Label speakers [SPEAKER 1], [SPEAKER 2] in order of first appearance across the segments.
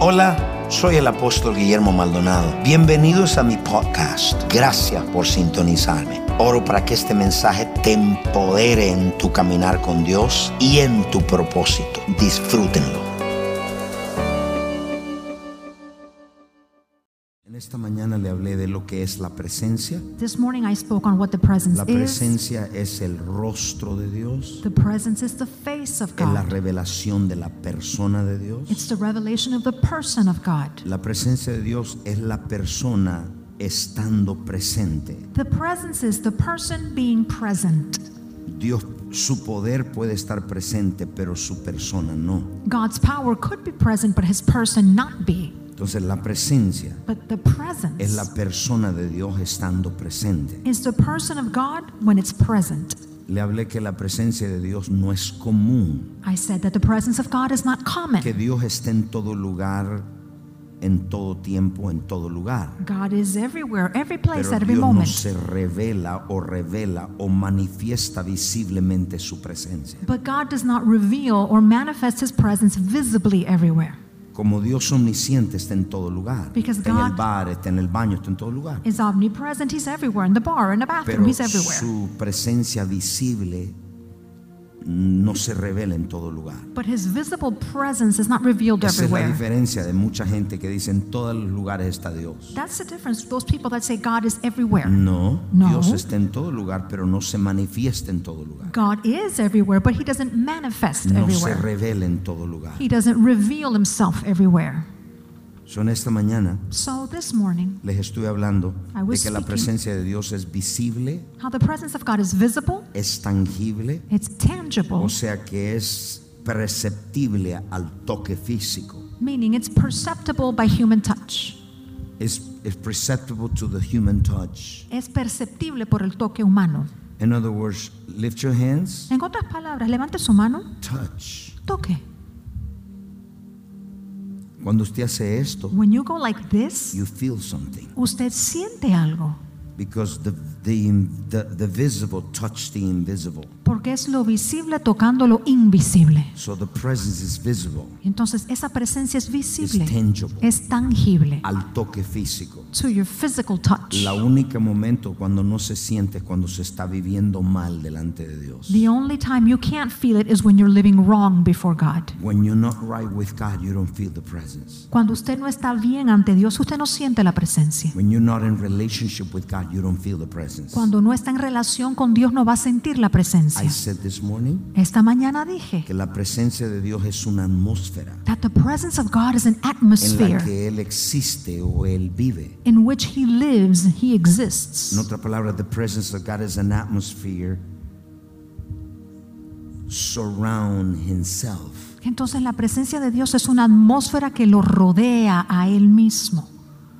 [SPEAKER 1] Hola, soy el apóstol Guillermo Maldonado. Bienvenidos a mi podcast. Gracias por sintonizarme. Oro para que este mensaje te empodere en tu caminar con Dios y en tu propósito. Disfrútenlo. En esta mañana le hablé de lo que es la presencia.
[SPEAKER 2] This morning I spoke on what the presence
[SPEAKER 1] La
[SPEAKER 2] is.
[SPEAKER 1] presencia es el rostro de Dios,
[SPEAKER 2] The presence is the face of
[SPEAKER 1] es la
[SPEAKER 2] God.
[SPEAKER 1] revelación de la persona de Dios.
[SPEAKER 2] It's the revelation of the person of God.
[SPEAKER 1] La presencia de Dios es la persona estando presente.
[SPEAKER 2] The presence is the person being present.
[SPEAKER 1] Dios, su poder puede estar presente, pero su persona no.
[SPEAKER 2] God's power could be present, but his person not be.
[SPEAKER 1] Entonces la presencia
[SPEAKER 2] But the
[SPEAKER 1] es
[SPEAKER 2] presence
[SPEAKER 1] la persona de Dios estando presente.
[SPEAKER 2] is the person of God when it's present.
[SPEAKER 1] Le hablé que la presencia de Dios no es común,
[SPEAKER 2] I said that the presence of God is not
[SPEAKER 1] que
[SPEAKER 2] common.
[SPEAKER 1] Dios esté en todo lugar, en todo tiempo, en todo lugar.
[SPEAKER 2] God is everywhere, every place,
[SPEAKER 1] Pero
[SPEAKER 2] at every
[SPEAKER 1] Dios no
[SPEAKER 2] moment.
[SPEAKER 1] se revela o revela o manifiesta visiblemente su presencia.
[SPEAKER 2] But God does not reveal or manifest his presence visibly everywhere.
[SPEAKER 1] Como Dios omnisciente está en todo lugar.
[SPEAKER 2] Because
[SPEAKER 1] está en el
[SPEAKER 2] God-
[SPEAKER 1] bar, está en el baño, está en todo lugar.
[SPEAKER 2] Is omnipresent, he's everywhere, in the bar, in the bathroom,
[SPEAKER 1] Pero
[SPEAKER 2] he's everywhere.
[SPEAKER 1] su presencia visible no se revela en todo lugar.
[SPEAKER 2] But his visible presence is not revealed
[SPEAKER 1] Esa es la
[SPEAKER 2] everywhere.
[SPEAKER 1] diferencia de mucha gente que dice en todos los lugares está Dios.
[SPEAKER 2] That's the difference. Those people that say God is
[SPEAKER 1] Mm.
[SPEAKER 2] everywhere.
[SPEAKER 1] No,
[SPEAKER 2] No.
[SPEAKER 1] Dios está en todo lugar, pero no se manifiesta en todo lugar.
[SPEAKER 2] God is everywhere, but he doesn't manifest
[SPEAKER 1] No se
[SPEAKER 2] everywhere.
[SPEAKER 1] revela en todo lugar.
[SPEAKER 2] He doesn't reveal himself everywhere.
[SPEAKER 1] So, en esta mañana
[SPEAKER 2] So this morning,
[SPEAKER 1] les estuve hablando de que
[SPEAKER 2] I was
[SPEAKER 1] la
[SPEAKER 2] speaking.
[SPEAKER 1] presencia de Dios es visible,
[SPEAKER 2] how the presence of God is visible,
[SPEAKER 1] es tangible,
[SPEAKER 2] it's tangible,
[SPEAKER 1] o sea que es perceptible al toque físico.
[SPEAKER 2] meaning it's perceptible by human touch.
[SPEAKER 1] Es es perceptible to the human touch.
[SPEAKER 2] Es perceptible por el toque humano.
[SPEAKER 1] In other words, lift your hands,
[SPEAKER 2] En otras palabras, levante su mano,
[SPEAKER 1] touch.
[SPEAKER 2] toque.
[SPEAKER 1] Cuando usted hace esto,
[SPEAKER 2] When you go like this,
[SPEAKER 1] you feel something
[SPEAKER 2] usted siente algo,
[SPEAKER 1] because the the the, the visible touch the invisible.
[SPEAKER 2] porque es lo visible tocando lo invisible.
[SPEAKER 1] So the presence is visible
[SPEAKER 2] Entonces esa presencia es visible,
[SPEAKER 1] It's tangible.
[SPEAKER 2] es tangible
[SPEAKER 1] al toque físico.
[SPEAKER 2] to your physical touch.
[SPEAKER 1] La única momento cuando no se siente es cuando se está viviendo mal delante de Dios.
[SPEAKER 2] The only time you can't feel it is when you're living wrong before God.
[SPEAKER 1] When you're not right with God, you don't feel the presence.
[SPEAKER 2] Cuando usted no está bien ante Dios, usted no siente la presencia.
[SPEAKER 1] When you're not in relationship with God, you don't feel the presence.
[SPEAKER 2] Cuando no está en relación con Dios, no va a sentir la
[SPEAKER 1] I
[SPEAKER 2] presencia.
[SPEAKER 1] said this morning
[SPEAKER 2] Esta mañana dije
[SPEAKER 1] que la presencia de Dios es una atmósfera.
[SPEAKER 2] that the presence of God is an
[SPEAKER 1] en la
[SPEAKER 2] atmosphere
[SPEAKER 1] que él existe o él vive.
[SPEAKER 2] in which He lives, He
[SPEAKER 1] En
[SPEAKER 2] exists.
[SPEAKER 1] otra palabra, the presence of God is an atmosphere surround himself.
[SPEAKER 2] Entonces la presencia de Dios es una atmósfera que lo rodea a Él mismo.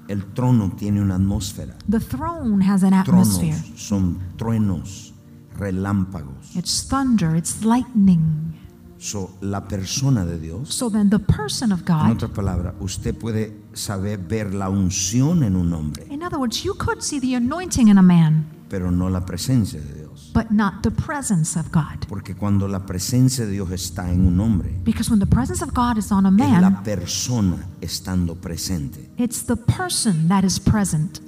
[SPEAKER 1] El trono tiene una atmósfera.
[SPEAKER 2] The throne has an
[SPEAKER 1] Tronos
[SPEAKER 2] atmosphere.
[SPEAKER 1] son truenos, relámpagos.
[SPEAKER 2] It's thunder, it's lightning.
[SPEAKER 1] So, la persona de Dios,
[SPEAKER 2] So then the person of
[SPEAKER 1] en
[SPEAKER 2] God,
[SPEAKER 1] otra palabra, usted puede saber ver la unción en un hombre,
[SPEAKER 2] in other words, you could see the anointing in a man,
[SPEAKER 1] pero no la presencia de Dios.
[SPEAKER 2] but not the presence of God.
[SPEAKER 1] Porque cuando la presencia de Dios está en un hombre,
[SPEAKER 2] Because when the presence of God is on a
[SPEAKER 1] es la
[SPEAKER 2] man,
[SPEAKER 1] persona estando presente.
[SPEAKER 2] it's the person that is present.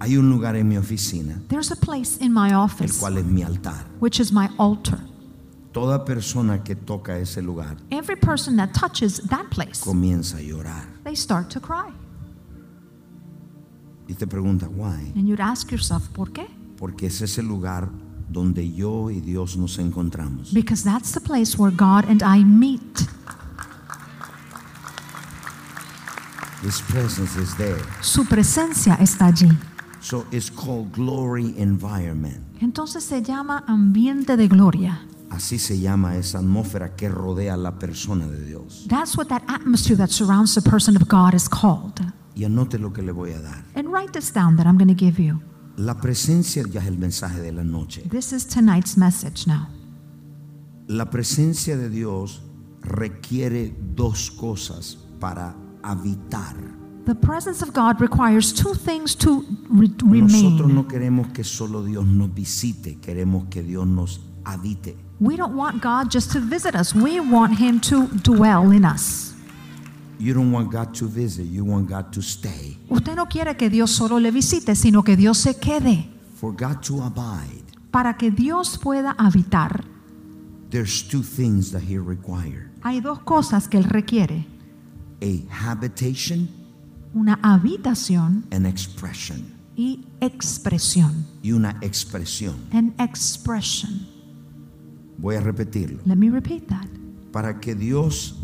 [SPEAKER 1] Hay un lugar en mi oficina,
[SPEAKER 2] There's a place in my
[SPEAKER 1] el
[SPEAKER 2] office,
[SPEAKER 1] cual es mi altar.
[SPEAKER 2] which is my altar.
[SPEAKER 1] Toda persona que toca ese lugar
[SPEAKER 2] Every person that touches that place,
[SPEAKER 1] comienza a llorar.
[SPEAKER 2] they start to cry.
[SPEAKER 1] Y te pregunta, why?
[SPEAKER 2] And you'd ask yourself, ¿por qué?
[SPEAKER 1] Porque es ese lugar donde yo y Dios nos encontramos.
[SPEAKER 2] Because that's the place where God and I meet.
[SPEAKER 1] His presence is there.
[SPEAKER 2] Su presencia está allí.
[SPEAKER 1] So it's called glory environment.
[SPEAKER 2] Entonces se llama ambiente de gloria.
[SPEAKER 1] Así se llama esa atmósfera que rodea a la persona de Dios.
[SPEAKER 2] That's what that atmosphere that surrounds the person of God is called.
[SPEAKER 1] Y anote lo que le voy a dar.
[SPEAKER 2] And write this down that I'm going to give you.
[SPEAKER 1] La presencia ya es el mensaje de la noche.
[SPEAKER 2] This is tonight's message now.
[SPEAKER 1] La presencia de Dios requiere dos cosas para habitar.
[SPEAKER 2] The presence of God requires two things to re-
[SPEAKER 1] Nosotros
[SPEAKER 2] remain.
[SPEAKER 1] no queremos que solo Dios nos visite, queremos que Dios nos habite.
[SPEAKER 2] We don't want God just to visit us, we want Him to dwell in us.
[SPEAKER 1] You don't want God to visit, you want God to stay.
[SPEAKER 2] Usted no quiere que Dios solo le visite, sino que Dios se quede.
[SPEAKER 1] For God to abide,
[SPEAKER 2] Para que Dios pueda habitar,
[SPEAKER 1] there's two things that He requires
[SPEAKER 2] hay dos cosas que Él requiere.
[SPEAKER 1] a habitation
[SPEAKER 2] Una habitación
[SPEAKER 1] and expression.
[SPEAKER 2] y expresión.
[SPEAKER 1] Y una expresión.
[SPEAKER 2] An expression.
[SPEAKER 1] Voy a repetirlo.
[SPEAKER 2] Let me repeat that.
[SPEAKER 1] Para que Dios,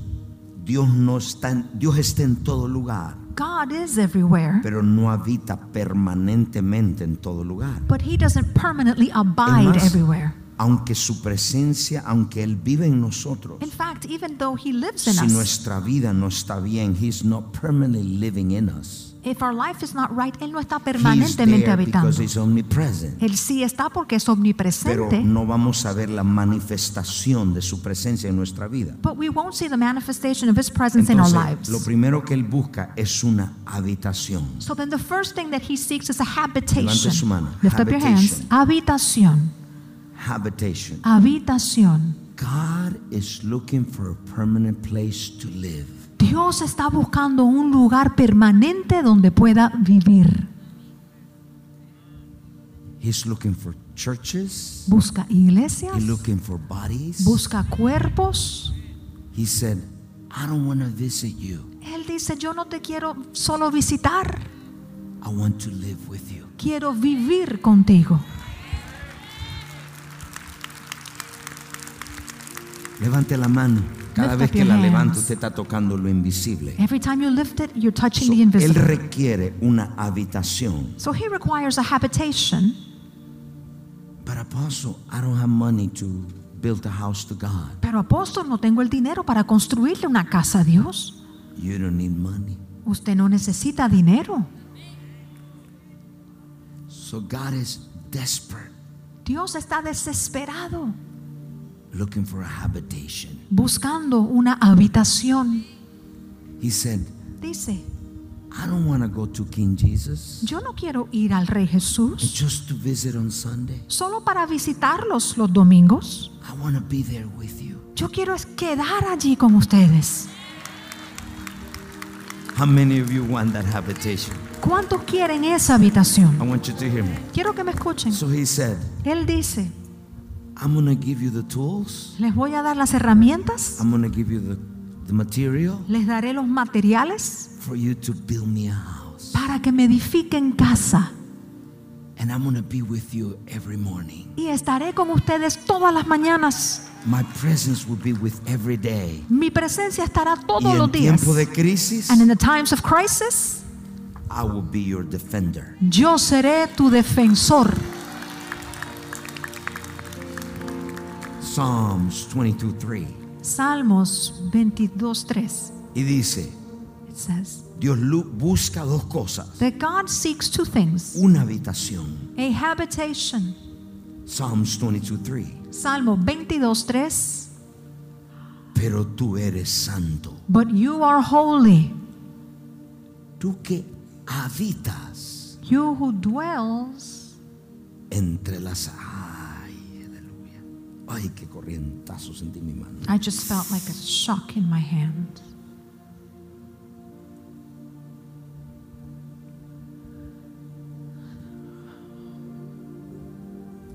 [SPEAKER 1] Dios no está, en- Dios está en todo lugar,
[SPEAKER 2] God is everywhere,
[SPEAKER 1] pero no habita permanentemente en todo lugar.
[SPEAKER 2] but He doesn't permanently abide
[SPEAKER 1] más-
[SPEAKER 2] everywhere.
[SPEAKER 1] Aunque su presencia, aunque Él vive en nosotros,
[SPEAKER 2] In fact, even though He lives in
[SPEAKER 1] si
[SPEAKER 2] us,
[SPEAKER 1] nuestra vida no está bien, He's not permanently living in us.
[SPEAKER 2] if our life is not right, Él no está
[SPEAKER 1] He's
[SPEAKER 2] permanentemente
[SPEAKER 1] there because
[SPEAKER 2] habitando.
[SPEAKER 1] He's omnipresent.
[SPEAKER 2] Él sí está porque es
[SPEAKER 1] Pero
[SPEAKER 2] omnipresente.
[SPEAKER 1] no vamos a ver la manifestación de su presencia en nuestra vida.
[SPEAKER 2] But we won't see the manifestation of His presence in our
[SPEAKER 1] Entonces, lo
[SPEAKER 2] lives.
[SPEAKER 1] primero que Él busca es una habitación.
[SPEAKER 2] So then the first thing that He seeks is a
[SPEAKER 1] Levante su
[SPEAKER 2] habitation.
[SPEAKER 1] mano.
[SPEAKER 2] Lift up your hands. Habitación.
[SPEAKER 1] Habitation.
[SPEAKER 2] Habitación.
[SPEAKER 1] God is looking for a permanent place to live.
[SPEAKER 2] Dios está buscando un lugar permanente donde pueda vivir.
[SPEAKER 1] He's looking for churches.
[SPEAKER 2] Busca iglesias.
[SPEAKER 1] He's looking for bodies.
[SPEAKER 2] Busca cuerpos.
[SPEAKER 1] He said, I don't want to visit you.
[SPEAKER 2] Él dice, yo no te quiero solo visitar.
[SPEAKER 1] I want to live with you.
[SPEAKER 2] Quiero vivir contigo.
[SPEAKER 1] Levante la mano. Cada
[SPEAKER 2] Lift
[SPEAKER 1] vez
[SPEAKER 2] up
[SPEAKER 1] que
[SPEAKER 2] your
[SPEAKER 1] la
[SPEAKER 2] hands.
[SPEAKER 1] levanta, usted está tocando lo invisible.
[SPEAKER 2] Every time you lift it, you're touching
[SPEAKER 1] So, él
[SPEAKER 2] the invisible.
[SPEAKER 1] requiere una habitación.
[SPEAKER 2] So he requires a habitation.
[SPEAKER 1] But Apostle, I don't have money to build a house to God.
[SPEAKER 2] Pero apóstol, no tengo el dinero para construirle una casa a Dios.
[SPEAKER 1] You don't need money.
[SPEAKER 2] Usted no necesita dinero.
[SPEAKER 1] So God is desperate,
[SPEAKER 2] Dios está desesperado
[SPEAKER 1] looking for a habitation.
[SPEAKER 2] buscando una habitación.
[SPEAKER 1] He said,
[SPEAKER 2] Dice,
[SPEAKER 1] I don't want to go to King Jesus
[SPEAKER 2] yo no quiero ir al Rey
[SPEAKER 1] and
[SPEAKER 2] Jesús
[SPEAKER 1] just to visit on Sunday.
[SPEAKER 2] solo para visitarlos los domingos.
[SPEAKER 1] I want to be there with you.
[SPEAKER 2] Yo quiero es quedar allí con ustedes.
[SPEAKER 1] How many of you want that habitation?
[SPEAKER 2] ¿Cuántos quieren esa habitación?
[SPEAKER 1] I want you to hear me.
[SPEAKER 2] Quiero que me escuchen.
[SPEAKER 1] So he said,
[SPEAKER 2] Él dice,
[SPEAKER 1] I'm going to give you the tools,
[SPEAKER 2] les voy a dar las herramientas,
[SPEAKER 1] I'm going to give you the, the material
[SPEAKER 2] les daré los materiales
[SPEAKER 1] for you to build me a house.
[SPEAKER 2] para que me edifiquen casa.
[SPEAKER 1] And I'm going to be with you every morning.
[SPEAKER 2] Y estaré con ustedes todas las mañanas.
[SPEAKER 1] My presence will be with every day.
[SPEAKER 2] Mi presencia estará
[SPEAKER 1] Y
[SPEAKER 2] todos
[SPEAKER 1] en
[SPEAKER 2] los días.
[SPEAKER 1] tiempo de crisis,
[SPEAKER 2] And in the times of crisis,
[SPEAKER 1] I will be your defender.
[SPEAKER 2] yo seré tu defensor.
[SPEAKER 1] Psalms 22, 3.
[SPEAKER 2] Salmos 22:3.
[SPEAKER 1] Y dice,
[SPEAKER 2] It says
[SPEAKER 1] Dios lu- busca dos cosas.
[SPEAKER 2] that God seeks two things:
[SPEAKER 1] Una habitación.
[SPEAKER 2] a habitation.
[SPEAKER 1] Psalms 22, 3.
[SPEAKER 2] Salmo 22:3.
[SPEAKER 1] Pero tú eres santo.
[SPEAKER 2] But you are holy,
[SPEAKER 1] Tú que habitas
[SPEAKER 2] you who dwells.
[SPEAKER 1] entre las... Ay, aleluya. Ay, qué corrientazo sentí en mi mano.
[SPEAKER 2] I just felt like a shock in my hand.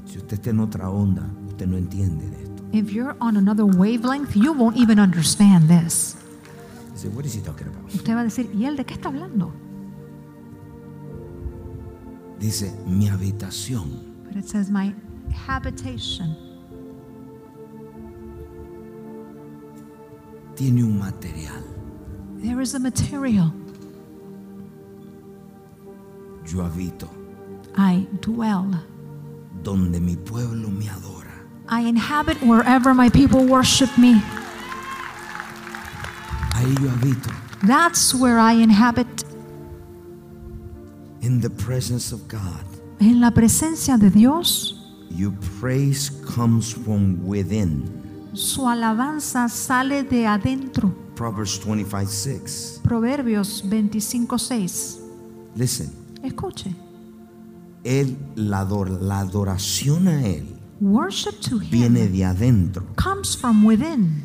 [SPEAKER 1] Si usted está en otra onda, usted no entiende de esto.
[SPEAKER 2] If you're on another wavelength, you won't even understand this.
[SPEAKER 1] Dice, what is he talking about?
[SPEAKER 2] Usted va a decir, ¿y él de qué está hablando?
[SPEAKER 1] Dice, mi habitación
[SPEAKER 2] But it says, my habitation
[SPEAKER 1] tiene un material.
[SPEAKER 2] There is a material.
[SPEAKER 1] Yo habito
[SPEAKER 2] I dwell.
[SPEAKER 1] donde mi pueblo me adora.
[SPEAKER 2] I inhabit wherever my people worship me.
[SPEAKER 1] Ahí yo habito.
[SPEAKER 2] That's where I inhabit.
[SPEAKER 1] In the presence of God,
[SPEAKER 2] En la presencia de Dios,
[SPEAKER 1] your praise comes from within.
[SPEAKER 2] su alabanza sale de adentro.
[SPEAKER 1] Proverbs 25 6.
[SPEAKER 2] Proverbios 25:6.
[SPEAKER 1] Listen,
[SPEAKER 2] Escuche.
[SPEAKER 1] él, la, ador- la adoración a Él
[SPEAKER 2] Worship to him
[SPEAKER 1] viene de adentro.
[SPEAKER 2] comes from within.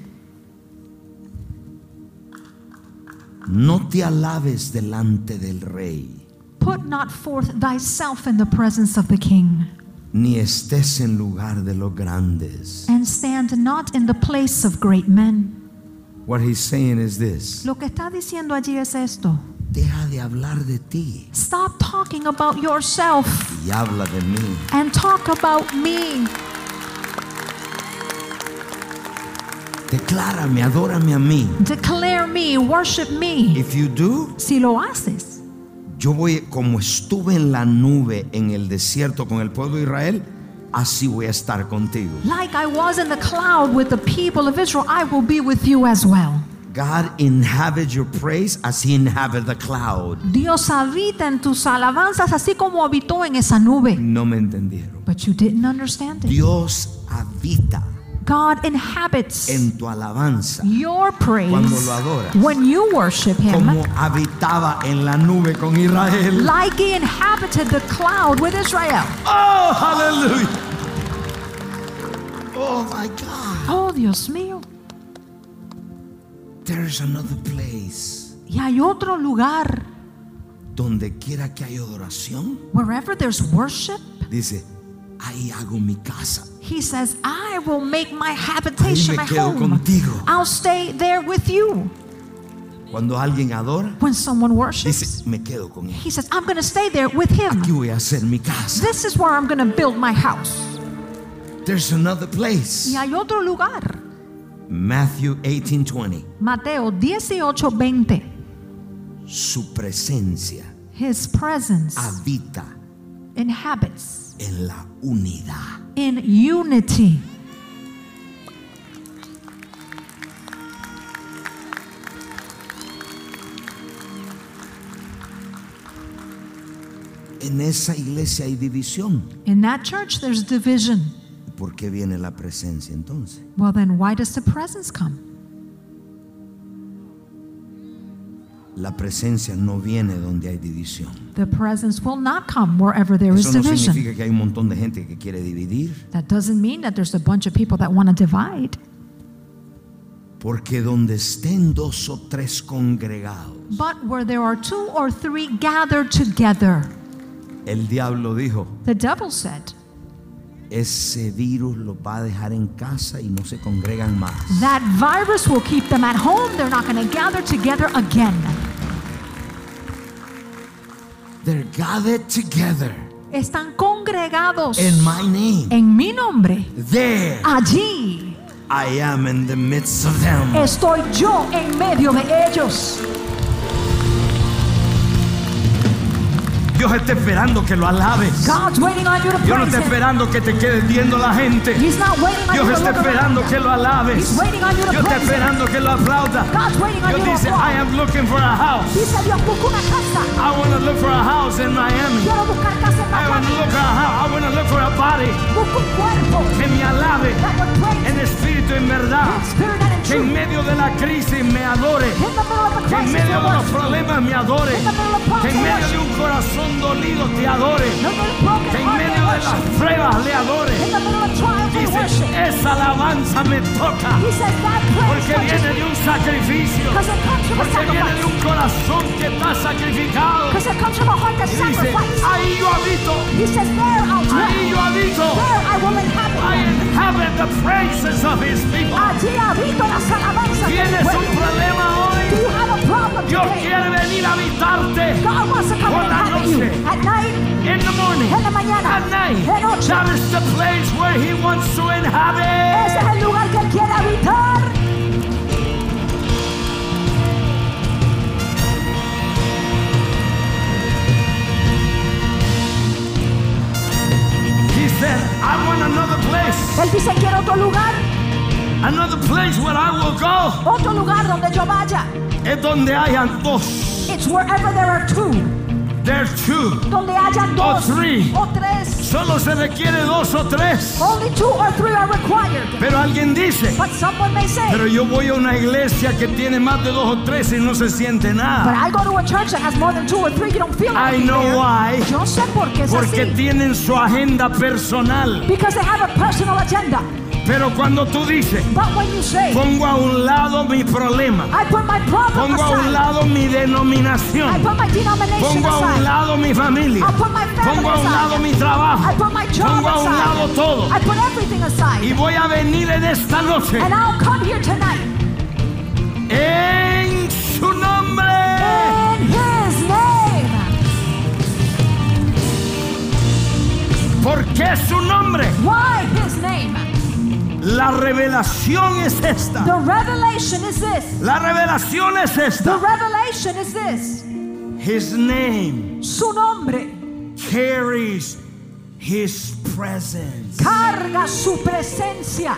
[SPEAKER 1] No te alabes delante del rey,
[SPEAKER 2] Put not forth thyself in the presence of the king,
[SPEAKER 1] ni estés en lugar de los grandes.
[SPEAKER 2] and stand not in the place of great men.
[SPEAKER 1] What he's saying is this.
[SPEAKER 2] Lo que está diciendo allí es esto.
[SPEAKER 1] Deja de hablar de ti
[SPEAKER 2] Stop talking about yourself
[SPEAKER 1] y habla de mí.
[SPEAKER 2] and talk about me.
[SPEAKER 1] Declárame, adórame a mí.
[SPEAKER 2] Declare me, worship me.
[SPEAKER 1] If you do,
[SPEAKER 2] Si lo haces,
[SPEAKER 1] yo voy como estuve en la nube en el desierto con el pueblo de Israel, así voy a estar contigo.
[SPEAKER 2] like I was in the cloud with the people of Israel, I will be with you as well.
[SPEAKER 1] God inhabits your praise as he inhabits the cloud.
[SPEAKER 2] Dios habita en tus alabanzas así como habitó en esa nube.
[SPEAKER 1] No me entendieron.
[SPEAKER 2] But you didn't understand it.
[SPEAKER 1] Dios habita
[SPEAKER 2] God inhabits
[SPEAKER 1] en tu alabanza
[SPEAKER 2] your
[SPEAKER 1] Cuando
[SPEAKER 2] praise
[SPEAKER 1] lo adoras.
[SPEAKER 2] when you worship
[SPEAKER 1] como
[SPEAKER 2] Him,
[SPEAKER 1] habitaba en la nube con Israel.
[SPEAKER 2] like He inhabited the cloud with Israel.
[SPEAKER 1] Oh, aleluya. Oh my God.
[SPEAKER 2] Oh, Dios mío.
[SPEAKER 1] There's another place
[SPEAKER 2] Y hay otro lugar,
[SPEAKER 1] donde quiera que haya adoración,
[SPEAKER 2] wherever there's worship,
[SPEAKER 1] dice, ahí hago mi casa.
[SPEAKER 2] He says, I will make my
[SPEAKER 1] Ahí
[SPEAKER 2] habitation
[SPEAKER 1] me
[SPEAKER 2] my
[SPEAKER 1] quedo
[SPEAKER 2] home.
[SPEAKER 1] contigo.
[SPEAKER 2] I'll stay there with you.
[SPEAKER 1] Cuando alguien adora,
[SPEAKER 2] When someone worships,
[SPEAKER 1] dice, me quedo con él.
[SPEAKER 2] he says, I'm going to stay there with him.
[SPEAKER 1] Aquí voy a hacer mi casa.
[SPEAKER 2] This is where I'm going to build my house.
[SPEAKER 1] There's another
[SPEAKER 2] Y
[SPEAKER 1] place.
[SPEAKER 2] hay otro lugar,
[SPEAKER 1] Matthew 18:20.
[SPEAKER 2] Mateo 18, 20.
[SPEAKER 1] Su presencia
[SPEAKER 2] His presence
[SPEAKER 1] habita
[SPEAKER 2] inhabits
[SPEAKER 1] en la unidad.
[SPEAKER 2] in unity.
[SPEAKER 1] En esa iglesia hay división.
[SPEAKER 2] In that church, there's division.
[SPEAKER 1] ¿Por qué viene la presencia entonces?
[SPEAKER 2] Well, then why does the presence come?
[SPEAKER 1] La presencia no viene donde hay división.
[SPEAKER 2] The presence will not come wherever there is
[SPEAKER 1] Eso no
[SPEAKER 2] division.
[SPEAKER 1] significa que hay un montón de gente que quiere dividir,
[SPEAKER 2] That doesn't mean that there's a bunch of people that want to divide.
[SPEAKER 1] porque donde estén dos o tres congregados,
[SPEAKER 2] But where there are two or three gathered together,
[SPEAKER 1] el diablo dijo,
[SPEAKER 2] the devil said,
[SPEAKER 1] ese virus los va a dejar en casa y no se congregan más.
[SPEAKER 2] that virus will keep them at home. They're not going to gather together again.
[SPEAKER 1] They're gathered together
[SPEAKER 2] Están congregados
[SPEAKER 1] in my name.
[SPEAKER 2] en mi nombre.
[SPEAKER 1] There
[SPEAKER 2] Allí
[SPEAKER 1] I am in the midst of them.
[SPEAKER 2] estoy yo en medio de ellos.
[SPEAKER 1] Dios está esperando que lo alabes.
[SPEAKER 2] God's waiting on you to
[SPEAKER 1] Dios no
[SPEAKER 2] praise
[SPEAKER 1] está
[SPEAKER 2] him.
[SPEAKER 1] esperando que te quedes viendo la gente.
[SPEAKER 2] He's not waiting on
[SPEAKER 1] Dios
[SPEAKER 2] you to
[SPEAKER 1] está
[SPEAKER 2] look
[SPEAKER 1] esperando
[SPEAKER 2] around.
[SPEAKER 1] que lo alabes.
[SPEAKER 2] He's waiting on you to
[SPEAKER 1] Dios está
[SPEAKER 2] praise him.
[SPEAKER 1] esperando que lo aplauda.
[SPEAKER 2] God's waiting on
[SPEAKER 1] Dios
[SPEAKER 2] you to
[SPEAKER 1] dice, I
[SPEAKER 2] applaud.
[SPEAKER 1] am looking for a house.
[SPEAKER 2] Dice Dios, busca una casa.
[SPEAKER 1] I want to look for a house in Miami.
[SPEAKER 2] Quiero buscar casa en
[SPEAKER 1] I want to
[SPEAKER 2] Miami.
[SPEAKER 1] look for a house. I want to look for a body
[SPEAKER 2] Busco un cuerpo
[SPEAKER 1] que me alabe
[SPEAKER 2] that would praise
[SPEAKER 1] en espíritu y en verdad.
[SPEAKER 2] in spirit and in
[SPEAKER 1] Que en
[SPEAKER 2] truth.
[SPEAKER 1] medio de la crisis me adore.
[SPEAKER 2] In the middle of the
[SPEAKER 1] Que en
[SPEAKER 2] crisis,
[SPEAKER 1] medio
[SPEAKER 2] we
[SPEAKER 1] de los
[SPEAKER 2] worship.
[SPEAKER 1] problemas me adore.
[SPEAKER 2] In the middle of
[SPEAKER 1] Que
[SPEAKER 2] problems,
[SPEAKER 1] en
[SPEAKER 2] we
[SPEAKER 1] medio de
[SPEAKER 2] worship.
[SPEAKER 1] un corazón dolido te adore.
[SPEAKER 2] In the middle of broken
[SPEAKER 1] Que en
[SPEAKER 2] heart,
[SPEAKER 1] medio
[SPEAKER 2] we
[SPEAKER 1] de
[SPEAKER 2] worship.
[SPEAKER 1] las pruebas le adore.
[SPEAKER 2] In the middle of trials, we worship.
[SPEAKER 1] Dice, esa alabanza me toca.
[SPEAKER 2] He says that praise
[SPEAKER 1] Porque
[SPEAKER 2] touches
[SPEAKER 1] viene
[SPEAKER 2] me
[SPEAKER 1] de un sacrificio.
[SPEAKER 2] because it comes from a
[SPEAKER 1] Porque viene de
[SPEAKER 2] sacrifice.
[SPEAKER 1] un corazón que está sacrificado.
[SPEAKER 2] Because it comes from a heart that
[SPEAKER 1] Y dice,
[SPEAKER 2] sacrifices.
[SPEAKER 1] ahí yo habito,
[SPEAKER 2] He says, there I'll
[SPEAKER 1] ahí
[SPEAKER 2] dwell.
[SPEAKER 1] yo habito.
[SPEAKER 2] There I will
[SPEAKER 1] I
[SPEAKER 2] inhabit.
[SPEAKER 1] inhabit the praises of his people.
[SPEAKER 2] Allí habito las alabanzas. del
[SPEAKER 1] Tienes un
[SPEAKER 2] pueblo.
[SPEAKER 1] problema
[SPEAKER 2] Do
[SPEAKER 1] hoy.
[SPEAKER 2] you have a problem
[SPEAKER 1] Dios
[SPEAKER 2] today?
[SPEAKER 1] quiere venir a habitarte.
[SPEAKER 2] God wants to come
[SPEAKER 1] Por
[SPEAKER 2] and
[SPEAKER 1] la
[SPEAKER 2] inhabit you.
[SPEAKER 1] noche.
[SPEAKER 2] At night,
[SPEAKER 1] In the morning,
[SPEAKER 2] en la mañana,
[SPEAKER 1] at night,
[SPEAKER 2] de noche.
[SPEAKER 1] that is the place where he wants to
[SPEAKER 2] Ese
[SPEAKER 1] inhabit.
[SPEAKER 2] es el lugar que Él quiere habitar.
[SPEAKER 1] He said, I want another place,
[SPEAKER 2] Él dice, quiero otro lugar.
[SPEAKER 1] another place where I will go.
[SPEAKER 2] Otro lugar donde yo vaya.
[SPEAKER 1] Es donde hayan dos,
[SPEAKER 2] It's wherever there are two.
[SPEAKER 1] there two.
[SPEAKER 2] Donde haya dos
[SPEAKER 1] three.
[SPEAKER 2] o tres.
[SPEAKER 1] Solo se requiere dos o tres.
[SPEAKER 2] Only two or three are required.
[SPEAKER 1] Pero alguien dice,
[SPEAKER 2] But someone may say,
[SPEAKER 1] pero yo voy a una iglesia que tiene más de dos o tres y no se siente
[SPEAKER 2] But
[SPEAKER 1] nada.
[SPEAKER 2] I go to a church that has more than two or three. You don't feel
[SPEAKER 1] I
[SPEAKER 2] like being
[SPEAKER 1] know
[SPEAKER 2] there.
[SPEAKER 1] why.
[SPEAKER 2] Yo sé por qué es
[SPEAKER 1] Porque
[SPEAKER 2] así.
[SPEAKER 1] tienen su agenda personal.
[SPEAKER 2] Because they have a personal agenda.
[SPEAKER 1] Pero cuando tú dices,
[SPEAKER 2] But when you say,
[SPEAKER 1] pongo a un lado mi problema,
[SPEAKER 2] I put my problem
[SPEAKER 1] pongo a un
[SPEAKER 2] aside,
[SPEAKER 1] lado mi
[SPEAKER 2] I
[SPEAKER 1] denominación,
[SPEAKER 2] put my denomination
[SPEAKER 1] pongo a un
[SPEAKER 2] aside,
[SPEAKER 1] lado mi familia,
[SPEAKER 2] I put my family
[SPEAKER 1] pongo a un
[SPEAKER 2] aside.
[SPEAKER 1] lado mi trabajo,
[SPEAKER 2] I put my job
[SPEAKER 1] pongo a un lado
[SPEAKER 2] aside,
[SPEAKER 1] todo
[SPEAKER 2] I put everything
[SPEAKER 1] y
[SPEAKER 2] aside,
[SPEAKER 1] voy a venir en esta noche
[SPEAKER 2] and I'll come here tonight
[SPEAKER 1] en su nombre.
[SPEAKER 2] in His name.
[SPEAKER 1] Porque su nombre,
[SPEAKER 2] Why His name?
[SPEAKER 1] la revelación es esta.
[SPEAKER 2] The revelation is this.
[SPEAKER 1] La revelación es
[SPEAKER 2] The
[SPEAKER 1] esta.
[SPEAKER 2] revelation is this.
[SPEAKER 1] His name
[SPEAKER 2] Su nombre
[SPEAKER 1] carries his presence.
[SPEAKER 2] carga su presencia.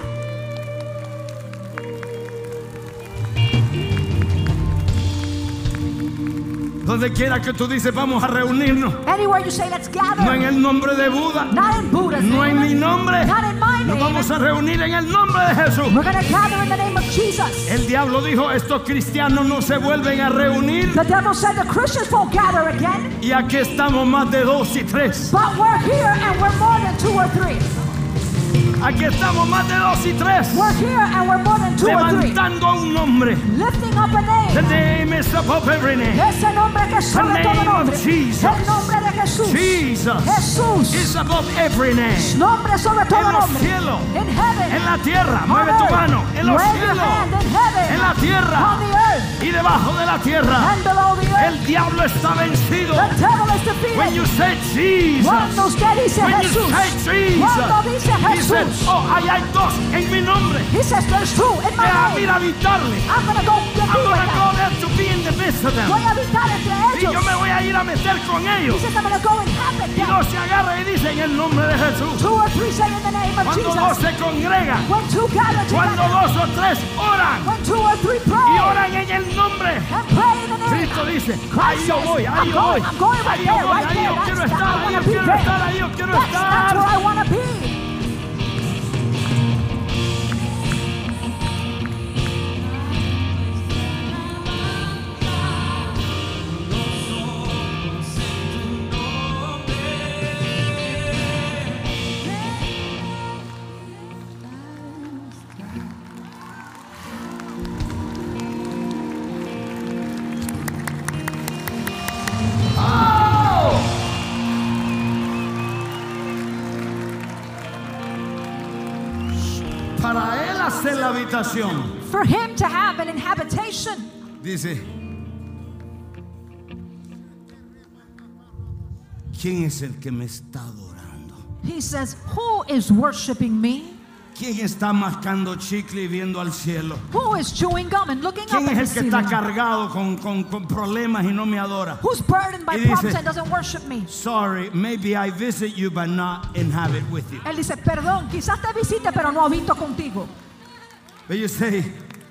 [SPEAKER 1] Donde quiera que tú dices, vamos a reunirnos.
[SPEAKER 2] Anywhere you say, let's
[SPEAKER 1] No en
[SPEAKER 2] gather.
[SPEAKER 1] el nombre de Buda,
[SPEAKER 2] Not in Buddha's
[SPEAKER 1] no en mi
[SPEAKER 2] name.
[SPEAKER 1] nombre.
[SPEAKER 2] Not in my
[SPEAKER 1] Nos
[SPEAKER 2] name.
[SPEAKER 1] vamos a reunir en el nombre de Jesús.
[SPEAKER 2] We're going to gather in the name of Jesus.
[SPEAKER 1] El diablo dijo, estos cristianos no se vuelven a reunir.
[SPEAKER 2] The devil said the Christians won't gather again,
[SPEAKER 1] Y aquí estamos más de dos y tres.
[SPEAKER 2] but we're here and we're more than two or three.
[SPEAKER 1] Aquí estamos más de dos y tres.
[SPEAKER 2] We're here and we're more than two or three.
[SPEAKER 1] Levantando a un nombre.
[SPEAKER 2] Lifting up a
[SPEAKER 1] The
[SPEAKER 2] name.
[SPEAKER 1] name is above every name.
[SPEAKER 2] Ese nombre que sobre todo
[SPEAKER 1] name of
[SPEAKER 2] nombre.
[SPEAKER 1] Jesus.
[SPEAKER 2] El nombre de Jesús.
[SPEAKER 1] Jesus is
[SPEAKER 2] Jesús.
[SPEAKER 1] above every name.
[SPEAKER 2] Nombre sobre todo
[SPEAKER 1] En los
[SPEAKER 2] nombre.
[SPEAKER 1] cielos.
[SPEAKER 2] In heaven.
[SPEAKER 1] En la tierra,
[SPEAKER 2] on
[SPEAKER 1] mueve tu
[SPEAKER 2] earth.
[SPEAKER 1] mano. En los
[SPEAKER 2] Wave your
[SPEAKER 1] cielos,
[SPEAKER 2] hand in heaven.
[SPEAKER 1] en la
[SPEAKER 2] On
[SPEAKER 1] tierra
[SPEAKER 2] the earth.
[SPEAKER 1] y debajo de la tierra.
[SPEAKER 2] And below the earth.
[SPEAKER 1] El diablo está vencido.
[SPEAKER 2] The devil is
[SPEAKER 1] When you
[SPEAKER 2] defeated.
[SPEAKER 1] say Jesus,
[SPEAKER 2] Cuando usted dice
[SPEAKER 1] when you
[SPEAKER 2] Jesús.
[SPEAKER 1] say
[SPEAKER 2] Cuando dice
[SPEAKER 1] Jesus, dices,
[SPEAKER 2] Jesús.
[SPEAKER 1] oh, ahí hay dos en mi nombre.
[SPEAKER 2] He says there's two in my
[SPEAKER 1] Déjame ir
[SPEAKER 2] name.
[SPEAKER 1] a habitarle.
[SPEAKER 2] I'm going to go get
[SPEAKER 1] I'm
[SPEAKER 2] people
[SPEAKER 1] gonna
[SPEAKER 2] now.
[SPEAKER 1] go there to be in the midst of them.
[SPEAKER 2] Voy a habitar entre
[SPEAKER 1] Y yo
[SPEAKER 2] ellos.
[SPEAKER 1] me voy a ir a meter con ellos.
[SPEAKER 2] Dice, I'm going to go and happen
[SPEAKER 1] Y
[SPEAKER 2] them.
[SPEAKER 1] dos se agarran y dicen en el nombre de Jesús.
[SPEAKER 2] Two or three say in the name of
[SPEAKER 1] Cuando dos
[SPEAKER 2] Jesus.
[SPEAKER 1] se congregan,
[SPEAKER 2] When two gather
[SPEAKER 1] cuando
[SPEAKER 2] together.
[SPEAKER 1] dos o tres oran
[SPEAKER 2] When two or three
[SPEAKER 1] y
[SPEAKER 2] pray.
[SPEAKER 1] oran en el nombre.
[SPEAKER 2] And pray in the name.
[SPEAKER 1] Cristo dice, ahí yo voy, ahí
[SPEAKER 2] I'm
[SPEAKER 1] yo voy,
[SPEAKER 2] going, I'm going right
[SPEAKER 1] ahí yo
[SPEAKER 2] there,
[SPEAKER 1] voy,
[SPEAKER 2] right
[SPEAKER 1] ahí
[SPEAKER 2] there.
[SPEAKER 1] yo quiero
[SPEAKER 2] That's-
[SPEAKER 1] estar,
[SPEAKER 2] I
[SPEAKER 1] ahí
[SPEAKER 2] wanna
[SPEAKER 1] yo
[SPEAKER 2] be
[SPEAKER 1] quiero
[SPEAKER 2] there.
[SPEAKER 1] estar, ahí yo quiero
[SPEAKER 2] That's, that's where
[SPEAKER 1] estar.
[SPEAKER 2] I want to be.
[SPEAKER 1] Para él hacer la habitación,
[SPEAKER 2] For him to have an inhabitation,
[SPEAKER 1] dice, ¿quién es el que me está adorando?
[SPEAKER 2] he says, Who is worshiping me?
[SPEAKER 1] ¿Quién está mascando chicle y viendo al cielo?
[SPEAKER 2] Who is chewing gum and looking up
[SPEAKER 1] ¿Quién
[SPEAKER 2] at
[SPEAKER 1] es
[SPEAKER 2] the
[SPEAKER 1] el que está
[SPEAKER 2] ceiling?
[SPEAKER 1] cargado con, con- con problemas y no me adora?
[SPEAKER 2] Who's burdened by
[SPEAKER 1] Y dice-
[SPEAKER 2] problems and doesn't worship me?
[SPEAKER 1] Sorry, maybe I visit you, but not inhabit with you.
[SPEAKER 2] Él dice, perdón, quizás te visite, pero no habito contigo.
[SPEAKER 1] But you say,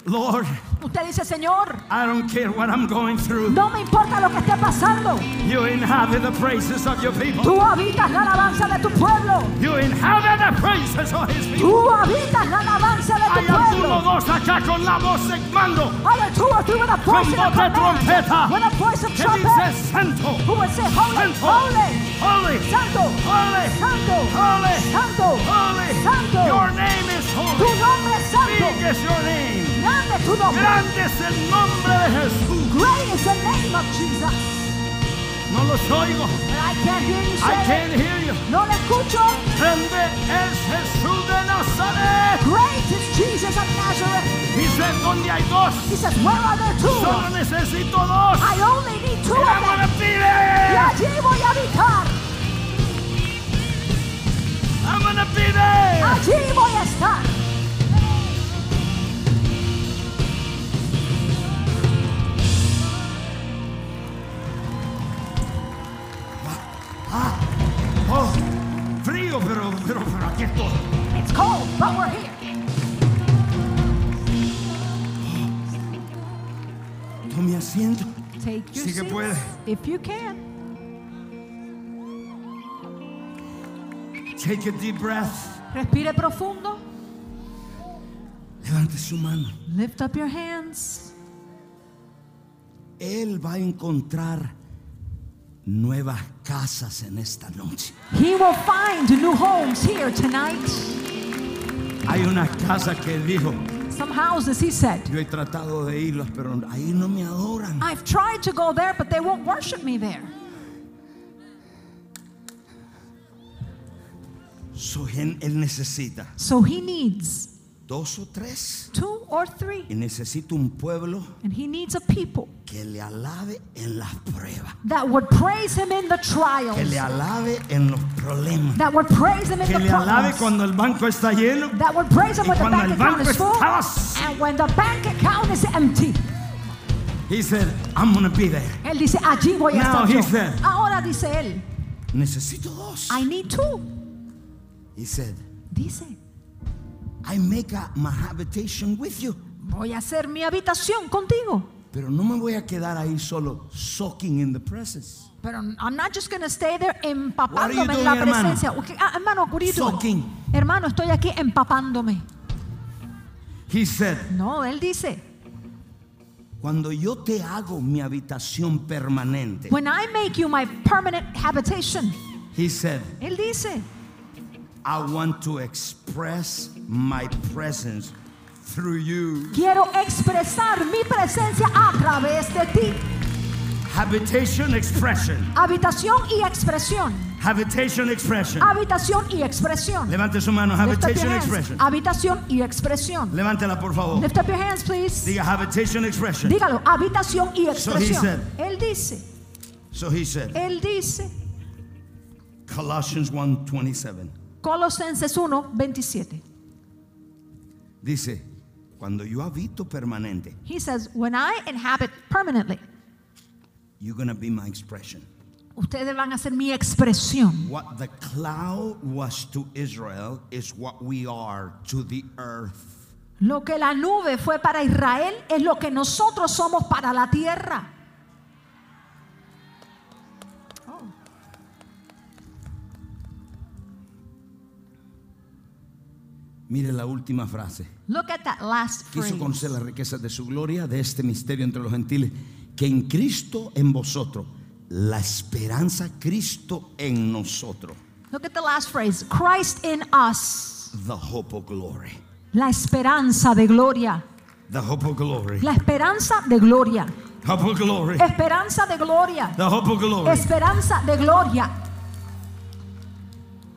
[SPEAKER 1] Lord,
[SPEAKER 2] Usted dice, Señor,
[SPEAKER 1] I don't care what I'm going through.
[SPEAKER 2] no me importa lo que esté pasando.
[SPEAKER 1] You inhabit the praises of your people.
[SPEAKER 2] Tú habitas la alabanza de tu pueblo.
[SPEAKER 1] You inhabit the praises of his people.
[SPEAKER 2] Tú habitas la alabanza de
[SPEAKER 1] Hay
[SPEAKER 2] tu
[SPEAKER 1] algunos
[SPEAKER 2] pueblo.
[SPEAKER 1] dos acá con la voz en mando
[SPEAKER 2] Are there two or three with a voice
[SPEAKER 1] Con
[SPEAKER 2] of
[SPEAKER 1] voz de
[SPEAKER 2] command?
[SPEAKER 1] trompeta.
[SPEAKER 2] With a voice of
[SPEAKER 1] que dice
[SPEAKER 2] trumpet.
[SPEAKER 1] santo,
[SPEAKER 2] Who would say, holy,
[SPEAKER 1] santo,
[SPEAKER 2] holy,
[SPEAKER 1] holy,
[SPEAKER 2] santo,
[SPEAKER 1] Holy.
[SPEAKER 2] santo,
[SPEAKER 1] Holy.
[SPEAKER 2] santo,
[SPEAKER 1] holy.
[SPEAKER 2] santo.
[SPEAKER 1] Your name is
[SPEAKER 2] Tu
[SPEAKER 1] holy.
[SPEAKER 2] nombre es
[SPEAKER 1] Big
[SPEAKER 2] santo.
[SPEAKER 1] is your name.
[SPEAKER 2] Grande es tu nombre.
[SPEAKER 1] Grande es el nombre de Jesús.
[SPEAKER 2] Great is the name of Jesus.
[SPEAKER 1] No los oigo.
[SPEAKER 2] And I can't hear
[SPEAKER 1] I
[SPEAKER 2] you say it.
[SPEAKER 1] can't hear you.
[SPEAKER 2] No le escucho.
[SPEAKER 1] Grande es Jesús de Nazaret.
[SPEAKER 2] Great is Jesus of Nazareth.
[SPEAKER 1] Dice donde hay dos.
[SPEAKER 2] He says, Where are there two?
[SPEAKER 1] Solo necesito dos.
[SPEAKER 2] I only need two
[SPEAKER 1] El
[SPEAKER 2] of
[SPEAKER 1] agua
[SPEAKER 2] them.
[SPEAKER 1] me
[SPEAKER 2] Y
[SPEAKER 1] pide.
[SPEAKER 2] allí voy a habitar.
[SPEAKER 1] I'm gonna be there.
[SPEAKER 2] Allí voy a estar.
[SPEAKER 1] Oh, frío, pero, pero, pero aquí estoy.
[SPEAKER 2] It's cold, but we're here.
[SPEAKER 1] Tome asiento.
[SPEAKER 2] Take your
[SPEAKER 1] Sí que
[SPEAKER 2] seats
[SPEAKER 1] puede.
[SPEAKER 2] if you can.
[SPEAKER 1] Take a deep breath.
[SPEAKER 2] Respire profundo.
[SPEAKER 1] Levante su mano.
[SPEAKER 2] Lift up your hands.
[SPEAKER 1] Él va a encontrar nuevas casas en esta noche.
[SPEAKER 2] He will find new homes here tonight.
[SPEAKER 1] Hay unas casas que dijo,
[SPEAKER 2] Some houses, he said,
[SPEAKER 1] yo he tratado de irlas, pero ahí no me adoran.
[SPEAKER 2] I've tried to go there, but they won't worship me there.
[SPEAKER 1] So, él, él necesita
[SPEAKER 2] So he needs
[SPEAKER 1] dos o tres.
[SPEAKER 2] two or three,
[SPEAKER 1] Y necesita un pueblo
[SPEAKER 2] and he needs a people
[SPEAKER 1] que le alabe en las pruebas,
[SPEAKER 2] that would praise him in the
[SPEAKER 1] que
[SPEAKER 2] trials,
[SPEAKER 1] le alabe en los problemas,
[SPEAKER 2] that would praise him in
[SPEAKER 1] que
[SPEAKER 2] the
[SPEAKER 1] le alabe
[SPEAKER 2] problems,
[SPEAKER 1] cuando el banco está lleno.
[SPEAKER 2] that would praise him
[SPEAKER 1] Y
[SPEAKER 2] when the
[SPEAKER 1] cuando el
[SPEAKER 2] bank account
[SPEAKER 1] banco
[SPEAKER 2] is full,
[SPEAKER 1] está vacío.
[SPEAKER 2] and when the bank account is empty.
[SPEAKER 1] He said, I'm gonna be there.
[SPEAKER 2] Él dice, allí voy a
[SPEAKER 1] Now
[SPEAKER 2] estar
[SPEAKER 1] he
[SPEAKER 2] yo.
[SPEAKER 1] said-
[SPEAKER 2] Ahora dice él,
[SPEAKER 1] Necesito dos.
[SPEAKER 2] I need two.
[SPEAKER 1] He said,
[SPEAKER 2] Dice,
[SPEAKER 1] I make a, my habitation with you.
[SPEAKER 2] voy a hacer mi habitación contigo.
[SPEAKER 1] Pero no me voy a quedar ahí solo soaking in the presence.
[SPEAKER 2] Pero I'm not just gonna stay there
[SPEAKER 1] What are you
[SPEAKER 2] empapándome en
[SPEAKER 1] doing,
[SPEAKER 2] la
[SPEAKER 1] hermano?
[SPEAKER 2] presencia. Ok, ah, hermano, what are you doing?
[SPEAKER 1] Soaking.
[SPEAKER 2] Hermano, estoy aquí empapándome.
[SPEAKER 1] He said,
[SPEAKER 2] No, él dice,
[SPEAKER 1] cuando yo te hago mi habitación permanente.
[SPEAKER 2] when I make you my permanent habitation,
[SPEAKER 1] He said,
[SPEAKER 2] él dice,
[SPEAKER 1] I want to express my presence through you.
[SPEAKER 2] quiero expresar mi presencia a través de ti.
[SPEAKER 1] Habitation expression.
[SPEAKER 2] Habitación y expresión.
[SPEAKER 1] Habitation expression.
[SPEAKER 2] Habitación y expresión.
[SPEAKER 1] Levante su mano.
[SPEAKER 2] Lift up your
[SPEAKER 1] Habitation
[SPEAKER 2] hands.
[SPEAKER 1] expression.
[SPEAKER 2] Habitación y expresión.
[SPEAKER 1] Levántela, por favor.
[SPEAKER 2] Lift up your hands, please.
[SPEAKER 1] Diga habitation expression.
[SPEAKER 2] Dígalo, habitación
[SPEAKER 1] So
[SPEAKER 2] y
[SPEAKER 1] he
[SPEAKER 2] expresión.
[SPEAKER 1] said-
[SPEAKER 2] Él dice,
[SPEAKER 1] So he said,
[SPEAKER 2] él dice,
[SPEAKER 1] Colossians 1:27.
[SPEAKER 2] Colosenses 1, 27.
[SPEAKER 1] Dice, cuando yo habito permanente,
[SPEAKER 2] He says, when I inhabit permanently,
[SPEAKER 1] you're going to be my expression.
[SPEAKER 2] ustedes van a ser mi expresión.
[SPEAKER 1] What the cloud was to Israel is what we are to the earth.
[SPEAKER 2] Lo que la nube fue para Israel es lo que nosotros somos para la tierra.
[SPEAKER 1] Mire la última frase.
[SPEAKER 2] Look at that last
[SPEAKER 1] Quiso
[SPEAKER 2] phrase.
[SPEAKER 1] conocer las riquezas de su gloria, de este misterio entre los gentiles, que en Cristo en vosotros, la esperanza Cristo en nosotros,
[SPEAKER 2] Look at the last phrase. Christ in us.
[SPEAKER 1] the hope of glory.
[SPEAKER 2] La esperanza de gloria.
[SPEAKER 1] The hope of glory.
[SPEAKER 2] La esperanza de gloria.
[SPEAKER 1] Hope of glory.
[SPEAKER 2] Esperanza de gloria.
[SPEAKER 1] The hope of glory.
[SPEAKER 2] Esperanza de gloria.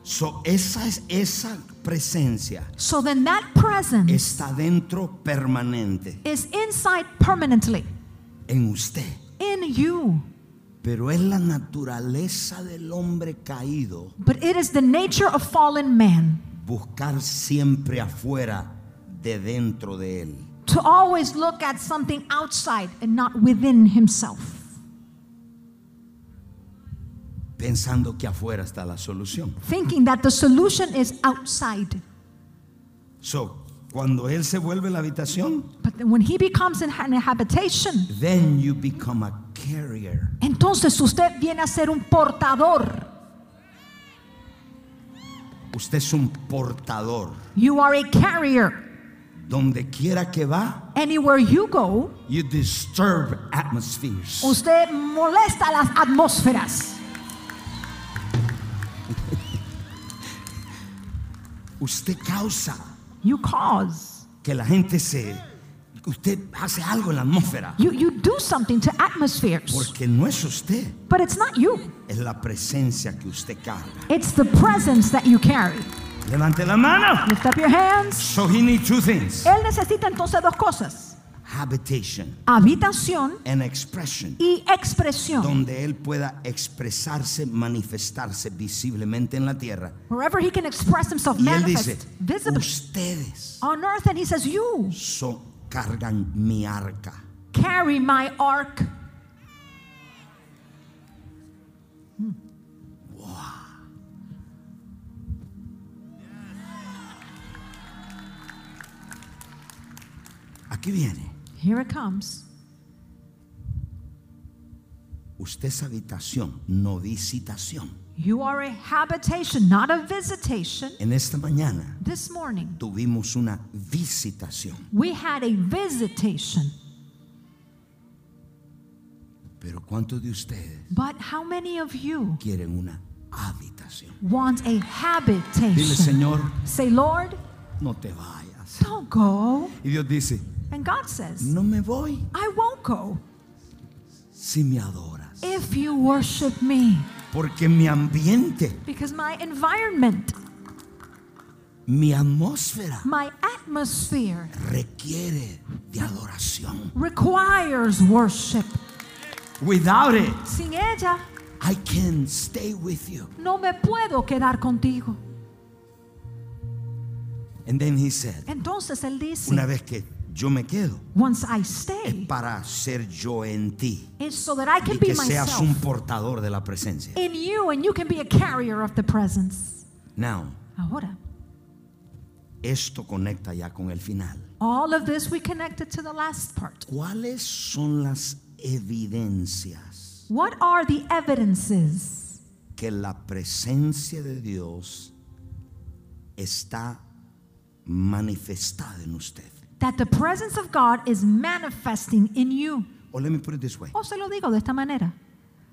[SPEAKER 1] So, esa es esa presencia
[SPEAKER 2] So then that presence
[SPEAKER 1] está dentro permanente
[SPEAKER 2] is inside permanently
[SPEAKER 1] en usted.
[SPEAKER 2] in you.
[SPEAKER 1] Pero es la naturaleza del hombre caído
[SPEAKER 2] But it is the nature of fallen man
[SPEAKER 1] buscar siempre afuera de dentro de él.
[SPEAKER 2] to always look at something outside and not within himself,
[SPEAKER 1] pensando que afuera está la solución.
[SPEAKER 2] thinking that the solution is outside.
[SPEAKER 1] So, cuando él se vuelve la habitación,
[SPEAKER 2] But then when he becomes an an habitation,
[SPEAKER 1] then you become a carrier.
[SPEAKER 2] entonces usted viene a ser un portador.
[SPEAKER 1] Usted es un portador.
[SPEAKER 2] You are a carrier.
[SPEAKER 1] Donde quiera que va,
[SPEAKER 2] Anywhere you go,
[SPEAKER 1] you disturb atmospheres.
[SPEAKER 2] usted molesta las atmósferas.
[SPEAKER 1] Usted causa
[SPEAKER 2] You cause.
[SPEAKER 1] que la gente se usted hace algo en la atmósfera,
[SPEAKER 2] You, you do something to atmospheres.
[SPEAKER 1] porque no es usted,
[SPEAKER 2] But it's not you.
[SPEAKER 1] es la presencia que usted carga.
[SPEAKER 2] It's the presence that you carry.
[SPEAKER 1] Levante la mano.
[SPEAKER 2] Lift up your hands.
[SPEAKER 1] So he needs two things:
[SPEAKER 2] Él necesita entonces dos cosas.
[SPEAKER 1] habitation
[SPEAKER 2] Habitación
[SPEAKER 1] and expression.
[SPEAKER 2] y expresión.
[SPEAKER 1] donde él pueda expresarse, manifestarse visiblemente en la tierra.
[SPEAKER 2] Wherever he can express himself,
[SPEAKER 1] Y él dice,
[SPEAKER 2] manifest, visibly.
[SPEAKER 1] ustedes
[SPEAKER 2] On earth, and he says, You
[SPEAKER 1] son, cargan mi arca.
[SPEAKER 2] carry my ark.
[SPEAKER 1] Aquí viene.
[SPEAKER 2] Here it comes.
[SPEAKER 1] Usted es habitación, no visitación.
[SPEAKER 2] You are a habitation, not a visitation.
[SPEAKER 1] En esta mañana
[SPEAKER 2] This morning,
[SPEAKER 1] tuvimos una visitación,
[SPEAKER 2] we had a visitation.
[SPEAKER 1] pero ¿cuántos de ustedes
[SPEAKER 2] But how many of you
[SPEAKER 1] quieren una habitación?
[SPEAKER 2] want a
[SPEAKER 1] Dile,
[SPEAKER 2] habitation?
[SPEAKER 1] Señor,
[SPEAKER 2] Say, Lord,
[SPEAKER 1] no te vayas.
[SPEAKER 2] Don't go.
[SPEAKER 1] Y Dios dice,
[SPEAKER 2] And God says,
[SPEAKER 1] no me voy
[SPEAKER 2] I won't go
[SPEAKER 1] si me adoras.
[SPEAKER 2] if you worship me.
[SPEAKER 1] Porque mi ambiente,
[SPEAKER 2] Because my environment,
[SPEAKER 1] mi atmósfera
[SPEAKER 2] my atmosphere
[SPEAKER 1] requiere de adoración.
[SPEAKER 2] requires worship.
[SPEAKER 1] Without it,
[SPEAKER 2] Sin ella
[SPEAKER 1] I can stay with you.
[SPEAKER 2] no me puedo quedar contigo.
[SPEAKER 1] And then he said,
[SPEAKER 2] Entonces él
[SPEAKER 1] una
[SPEAKER 2] dice,
[SPEAKER 1] vez que yo me quedo,
[SPEAKER 2] once I
[SPEAKER 1] es
[SPEAKER 2] stay,
[SPEAKER 1] para ser yo en ti
[SPEAKER 2] it's so that I
[SPEAKER 1] y
[SPEAKER 2] can be
[SPEAKER 1] que seas un
[SPEAKER 2] myself
[SPEAKER 1] portador de la presencia.
[SPEAKER 2] in you and you can be a carrier of the presence.
[SPEAKER 1] Now,
[SPEAKER 2] Ahora,
[SPEAKER 1] esto conecta ya con el final.
[SPEAKER 2] all of this we connected to the last part.
[SPEAKER 1] ¿Cuáles son las evidencias
[SPEAKER 2] What are the evidences
[SPEAKER 1] que la presencia de Dios está manifestada en usted?
[SPEAKER 2] that the presence of God is manifesting in you?
[SPEAKER 1] Or let me put it this way.
[SPEAKER 2] O se lo digo de esta manera.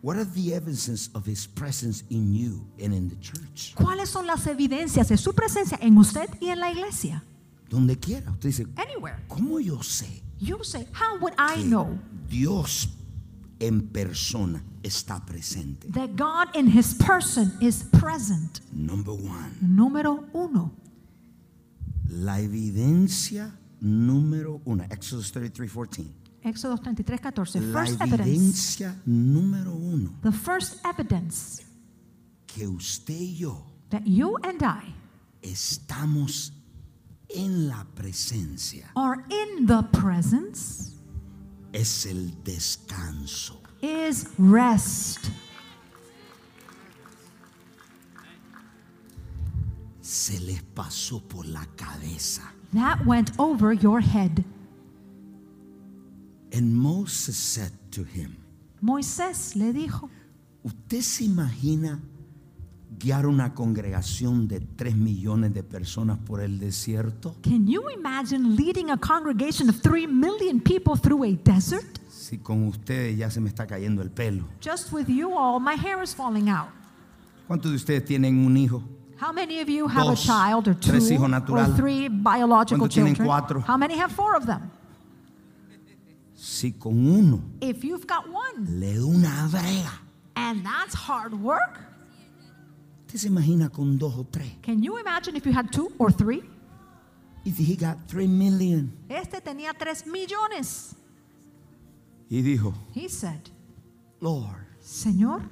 [SPEAKER 1] What are the evidences of his presence in you and in the church?
[SPEAKER 2] ¿Cuáles son las evidencias de su presencia en usted y en la iglesia?
[SPEAKER 1] Donde quiera. Usted dice,
[SPEAKER 2] Anywhere.
[SPEAKER 1] ¿cómo yo sé
[SPEAKER 2] You say, how would I
[SPEAKER 1] que
[SPEAKER 2] know
[SPEAKER 1] Dios en persona está presente?
[SPEAKER 2] that God in his person is present?
[SPEAKER 1] Number one.
[SPEAKER 2] Número uno.
[SPEAKER 1] La evidencia número uno. Exodus 33, 14.
[SPEAKER 2] Éxodo 33, 14.
[SPEAKER 1] La
[SPEAKER 2] First evidence.
[SPEAKER 1] evidencia número uno
[SPEAKER 2] The first evidence
[SPEAKER 1] que usted y yo
[SPEAKER 2] that you and I
[SPEAKER 1] estamos en la presencia
[SPEAKER 2] are in the presence
[SPEAKER 1] es el descanso.
[SPEAKER 2] is rest.
[SPEAKER 1] Se les pasó por la cabeza.
[SPEAKER 2] That went over your head.
[SPEAKER 1] And Moses said to him,
[SPEAKER 2] Moisés le dijo,
[SPEAKER 1] ¿usted se imagina guiar una congregación de 3 millones de personas por el desierto?
[SPEAKER 2] Can you imagine leading a congregation of 3 million people through a desert?
[SPEAKER 1] Si con ustedes ya se me está cayendo el pelo.
[SPEAKER 2] Just with you all, my hair is falling out.
[SPEAKER 1] ¿Cuántos de ustedes tienen un hijo?
[SPEAKER 2] How many of you have
[SPEAKER 1] Dos,
[SPEAKER 2] a child or two
[SPEAKER 1] tres hijos
[SPEAKER 2] or
[SPEAKER 1] natural.
[SPEAKER 2] three biological
[SPEAKER 1] ¿Cuántos tienen
[SPEAKER 2] children?
[SPEAKER 1] cuatro?
[SPEAKER 2] How many have four of them?
[SPEAKER 1] Si con uno
[SPEAKER 2] If you've got one,
[SPEAKER 1] le da una brega,
[SPEAKER 2] and that's hard work,
[SPEAKER 1] ¿usted se imagina con dos o tres?
[SPEAKER 2] can you imagine if you had two or three?
[SPEAKER 1] If he got three million.
[SPEAKER 2] Este tenía tres millones.
[SPEAKER 1] Y dijo,
[SPEAKER 2] He said,
[SPEAKER 1] Lord.
[SPEAKER 2] Señor,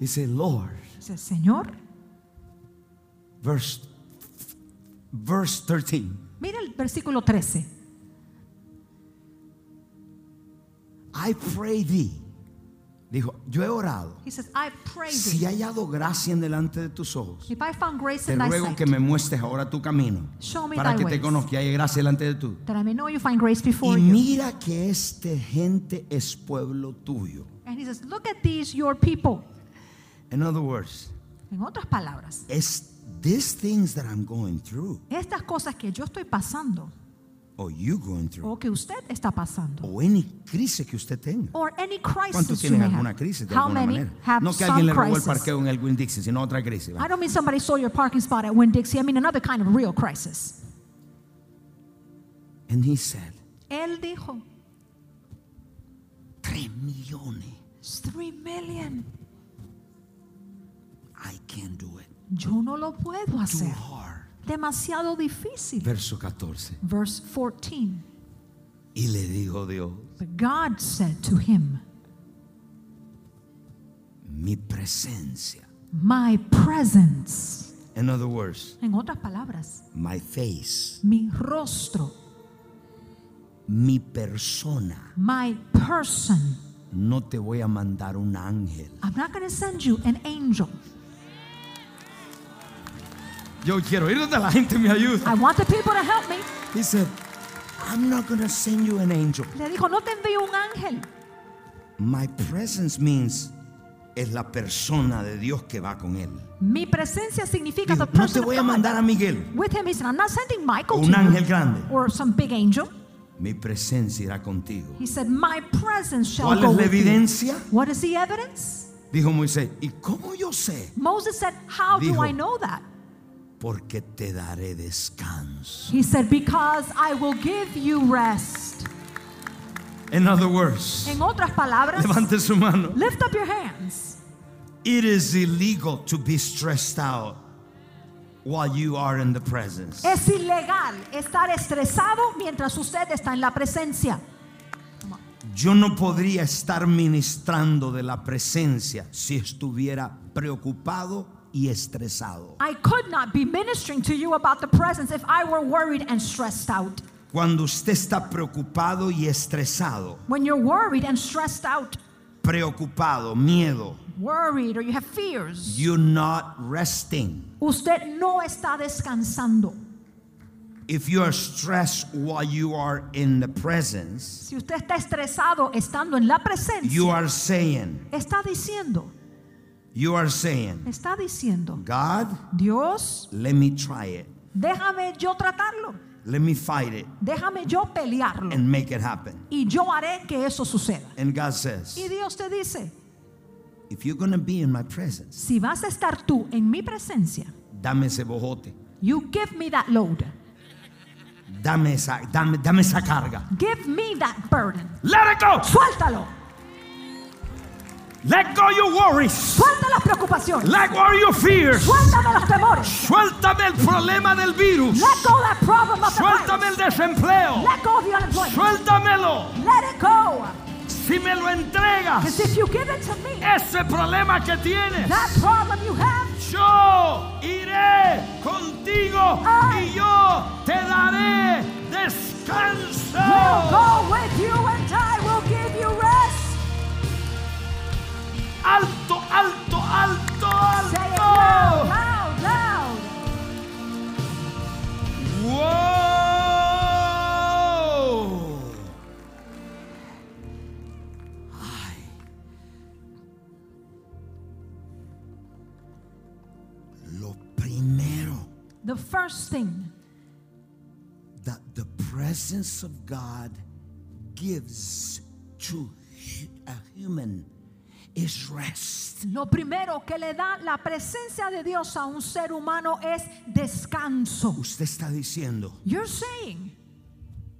[SPEAKER 1] He said, Lord.
[SPEAKER 2] he said, Señor,
[SPEAKER 1] Verse, verse 13.
[SPEAKER 2] mira el versículo 13.
[SPEAKER 1] I pray thee. Dijo, yo he orado.
[SPEAKER 2] He says, I pray
[SPEAKER 1] Si
[SPEAKER 2] thee,
[SPEAKER 1] he hallado gracia en delante de tus ojos,
[SPEAKER 2] if I found grace
[SPEAKER 1] te
[SPEAKER 2] in thy
[SPEAKER 1] ruego
[SPEAKER 2] sight,
[SPEAKER 1] que me muestres ahora tu camino
[SPEAKER 2] Show me
[SPEAKER 1] para
[SPEAKER 2] thy
[SPEAKER 1] que te
[SPEAKER 2] ways.
[SPEAKER 1] conozca y haya gracia delante de tú.
[SPEAKER 2] that I may know you find grace before
[SPEAKER 1] Y
[SPEAKER 2] you.
[SPEAKER 1] mira que este gente es pueblo tuyo.
[SPEAKER 2] And he says, look at these, your people.
[SPEAKER 1] In other words,
[SPEAKER 2] En otras palabras,
[SPEAKER 1] it's these things that I'm going through,
[SPEAKER 2] estas cosas que yo estoy pasando
[SPEAKER 1] or you going through,
[SPEAKER 2] o que usted está pasando,
[SPEAKER 1] o any crisis que usted tenga.
[SPEAKER 2] or any crisis
[SPEAKER 1] ¿Cuántos
[SPEAKER 2] you
[SPEAKER 1] tienen
[SPEAKER 2] may have.
[SPEAKER 1] alguna crisis de
[SPEAKER 2] How
[SPEAKER 1] alguna
[SPEAKER 2] many
[SPEAKER 1] manera?
[SPEAKER 2] have
[SPEAKER 1] No que alguien
[SPEAKER 2] some
[SPEAKER 1] le robó el
[SPEAKER 2] crisis?
[SPEAKER 1] parqueo en el Winn Dixie, sino otra crisis. ¿va?
[SPEAKER 2] I don't mean somebody saw your parking spot at Winn Dixie. I mean another kind of real crisis.
[SPEAKER 1] And he said,
[SPEAKER 2] Él dijo,
[SPEAKER 1] tres millones.
[SPEAKER 2] "It's three million.
[SPEAKER 1] I can't do it.
[SPEAKER 2] Yo no lo puedo
[SPEAKER 1] Too
[SPEAKER 2] hacer.
[SPEAKER 1] hard.
[SPEAKER 2] Demasiado difícil.
[SPEAKER 1] Verso 14.
[SPEAKER 2] Verse 14.
[SPEAKER 1] Y le dijo Dios,
[SPEAKER 2] But God said to him,
[SPEAKER 1] mi presencia.
[SPEAKER 2] My presence.
[SPEAKER 1] In other words,
[SPEAKER 2] En otras palabras,
[SPEAKER 1] my face,
[SPEAKER 2] mi rostro,
[SPEAKER 1] mi persona.
[SPEAKER 2] my person.
[SPEAKER 1] No te voy a mandar un ángel.
[SPEAKER 2] I'm not going to send you an angel.
[SPEAKER 1] Yo quiero ir donde la gente me ayuda.
[SPEAKER 2] I want the people to help me.
[SPEAKER 1] He said, I'm not going to send you an angel.
[SPEAKER 2] Le dijo, no te envío un ángel.
[SPEAKER 1] My presence means es la persona de Dios que va con él.
[SPEAKER 2] Mi presencia significa
[SPEAKER 1] Dijo, no
[SPEAKER 2] the
[SPEAKER 1] te
[SPEAKER 2] person of
[SPEAKER 1] voy a
[SPEAKER 2] God."
[SPEAKER 1] mandar a Miguel.
[SPEAKER 2] With him, he said, I'm not sending
[SPEAKER 1] O
[SPEAKER 2] Michael
[SPEAKER 1] un
[SPEAKER 2] to
[SPEAKER 1] ángel
[SPEAKER 2] you
[SPEAKER 1] grande.
[SPEAKER 2] or some big angel.
[SPEAKER 1] Mi presencia irá contigo.
[SPEAKER 2] He said, my presence shall
[SPEAKER 1] ¿Cuál es
[SPEAKER 2] go
[SPEAKER 1] la
[SPEAKER 2] with you.
[SPEAKER 1] evidencia?
[SPEAKER 2] What is the evidence?
[SPEAKER 1] Dijo Moisés. ¿Y cómo yo sé?
[SPEAKER 2] Moses said, how do
[SPEAKER 1] Dijo,
[SPEAKER 2] I know that?
[SPEAKER 1] porque te daré descanso.
[SPEAKER 2] He said, Because I will give you rest.
[SPEAKER 1] In other words,
[SPEAKER 2] En otras palabras,
[SPEAKER 1] levante su mano.
[SPEAKER 2] lift up your hands.
[SPEAKER 1] It is illegal to be stressed out while you are in the presence.
[SPEAKER 2] Es ilegal estar estresado mientras usted está en la presencia.
[SPEAKER 1] Yo no podría estar ministrando de la presencia si estuviera preocupado y estresado.
[SPEAKER 2] I could not be ministering to you about the presence if I were worried and stressed out.
[SPEAKER 1] Cuando usted está preocupado y estresado,
[SPEAKER 2] When you're worried and stressed out,
[SPEAKER 1] preocupado, miedo,
[SPEAKER 2] worried or you have fears,
[SPEAKER 1] you're not resting.
[SPEAKER 2] usted no está descansando.
[SPEAKER 1] If you are stressed while you are in the presence,
[SPEAKER 2] Si usted está estresado estando en la
[SPEAKER 1] you
[SPEAKER 2] presencia,
[SPEAKER 1] are saying,
[SPEAKER 2] está diciendo,
[SPEAKER 1] you are saying,
[SPEAKER 2] está diciendo,
[SPEAKER 1] God,
[SPEAKER 2] Dios,
[SPEAKER 1] let me try it.
[SPEAKER 2] déjame yo tratarlo,
[SPEAKER 1] Let me fight it
[SPEAKER 2] déjame yo pelearlo
[SPEAKER 1] and make it happen.
[SPEAKER 2] y yo haré que eso suceda.
[SPEAKER 1] And God
[SPEAKER 2] Y
[SPEAKER 1] says,
[SPEAKER 2] Dios te dice,
[SPEAKER 1] if you're going to be in my presence,
[SPEAKER 2] si vas a estar tú en mi presencia,
[SPEAKER 1] dame ese bojote.
[SPEAKER 2] you give me that load,
[SPEAKER 1] Dame esa, dame, dame esa carga.
[SPEAKER 2] give me that burden,
[SPEAKER 1] Let it go.
[SPEAKER 2] suéltalo,
[SPEAKER 1] Let go your worries.
[SPEAKER 2] suelta las preocupaciones,
[SPEAKER 1] Let go your fears.
[SPEAKER 2] suéltame los temores,
[SPEAKER 1] Suéltame el problema del virus.
[SPEAKER 2] let go that problem of the
[SPEAKER 1] Suéltame
[SPEAKER 2] virus,
[SPEAKER 1] el desempleo.
[SPEAKER 2] let go of the unemployment,
[SPEAKER 1] Suéltamelo.
[SPEAKER 2] let it go,
[SPEAKER 1] Si me lo
[SPEAKER 2] because
[SPEAKER 1] entregas,
[SPEAKER 2] if you give it to me,
[SPEAKER 1] ese problema que tienes,
[SPEAKER 2] that problem you have,
[SPEAKER 1] yo iré contigo
[SPEAKER 2] Ay.
[SPEAKER 1] y yo te daré
[SPEAKER 2] will
[SPEAKER 1] descanso.
[SPEAKER 2] go with you and I will give you rest.
[SPEAKER 1] Alto, alto, alto,
[SPEAKER 2] Say it
[SPEAKER 1] alto.
[SPEAKER 2] loud, loud, loud.
[SPEAKER 1] Wow. Ay. Lo primero
[SPEAKER 2] The first thing
[SPEAKER 1] that the presence of God gives to hu- a human is rest.
[SPEAKER 2] Lo primero que le da la presencia de Dios a un ser humano es descanso.
[SPEAKER 1] Usted está diciendo,
[SPEAKER 2] You're saying,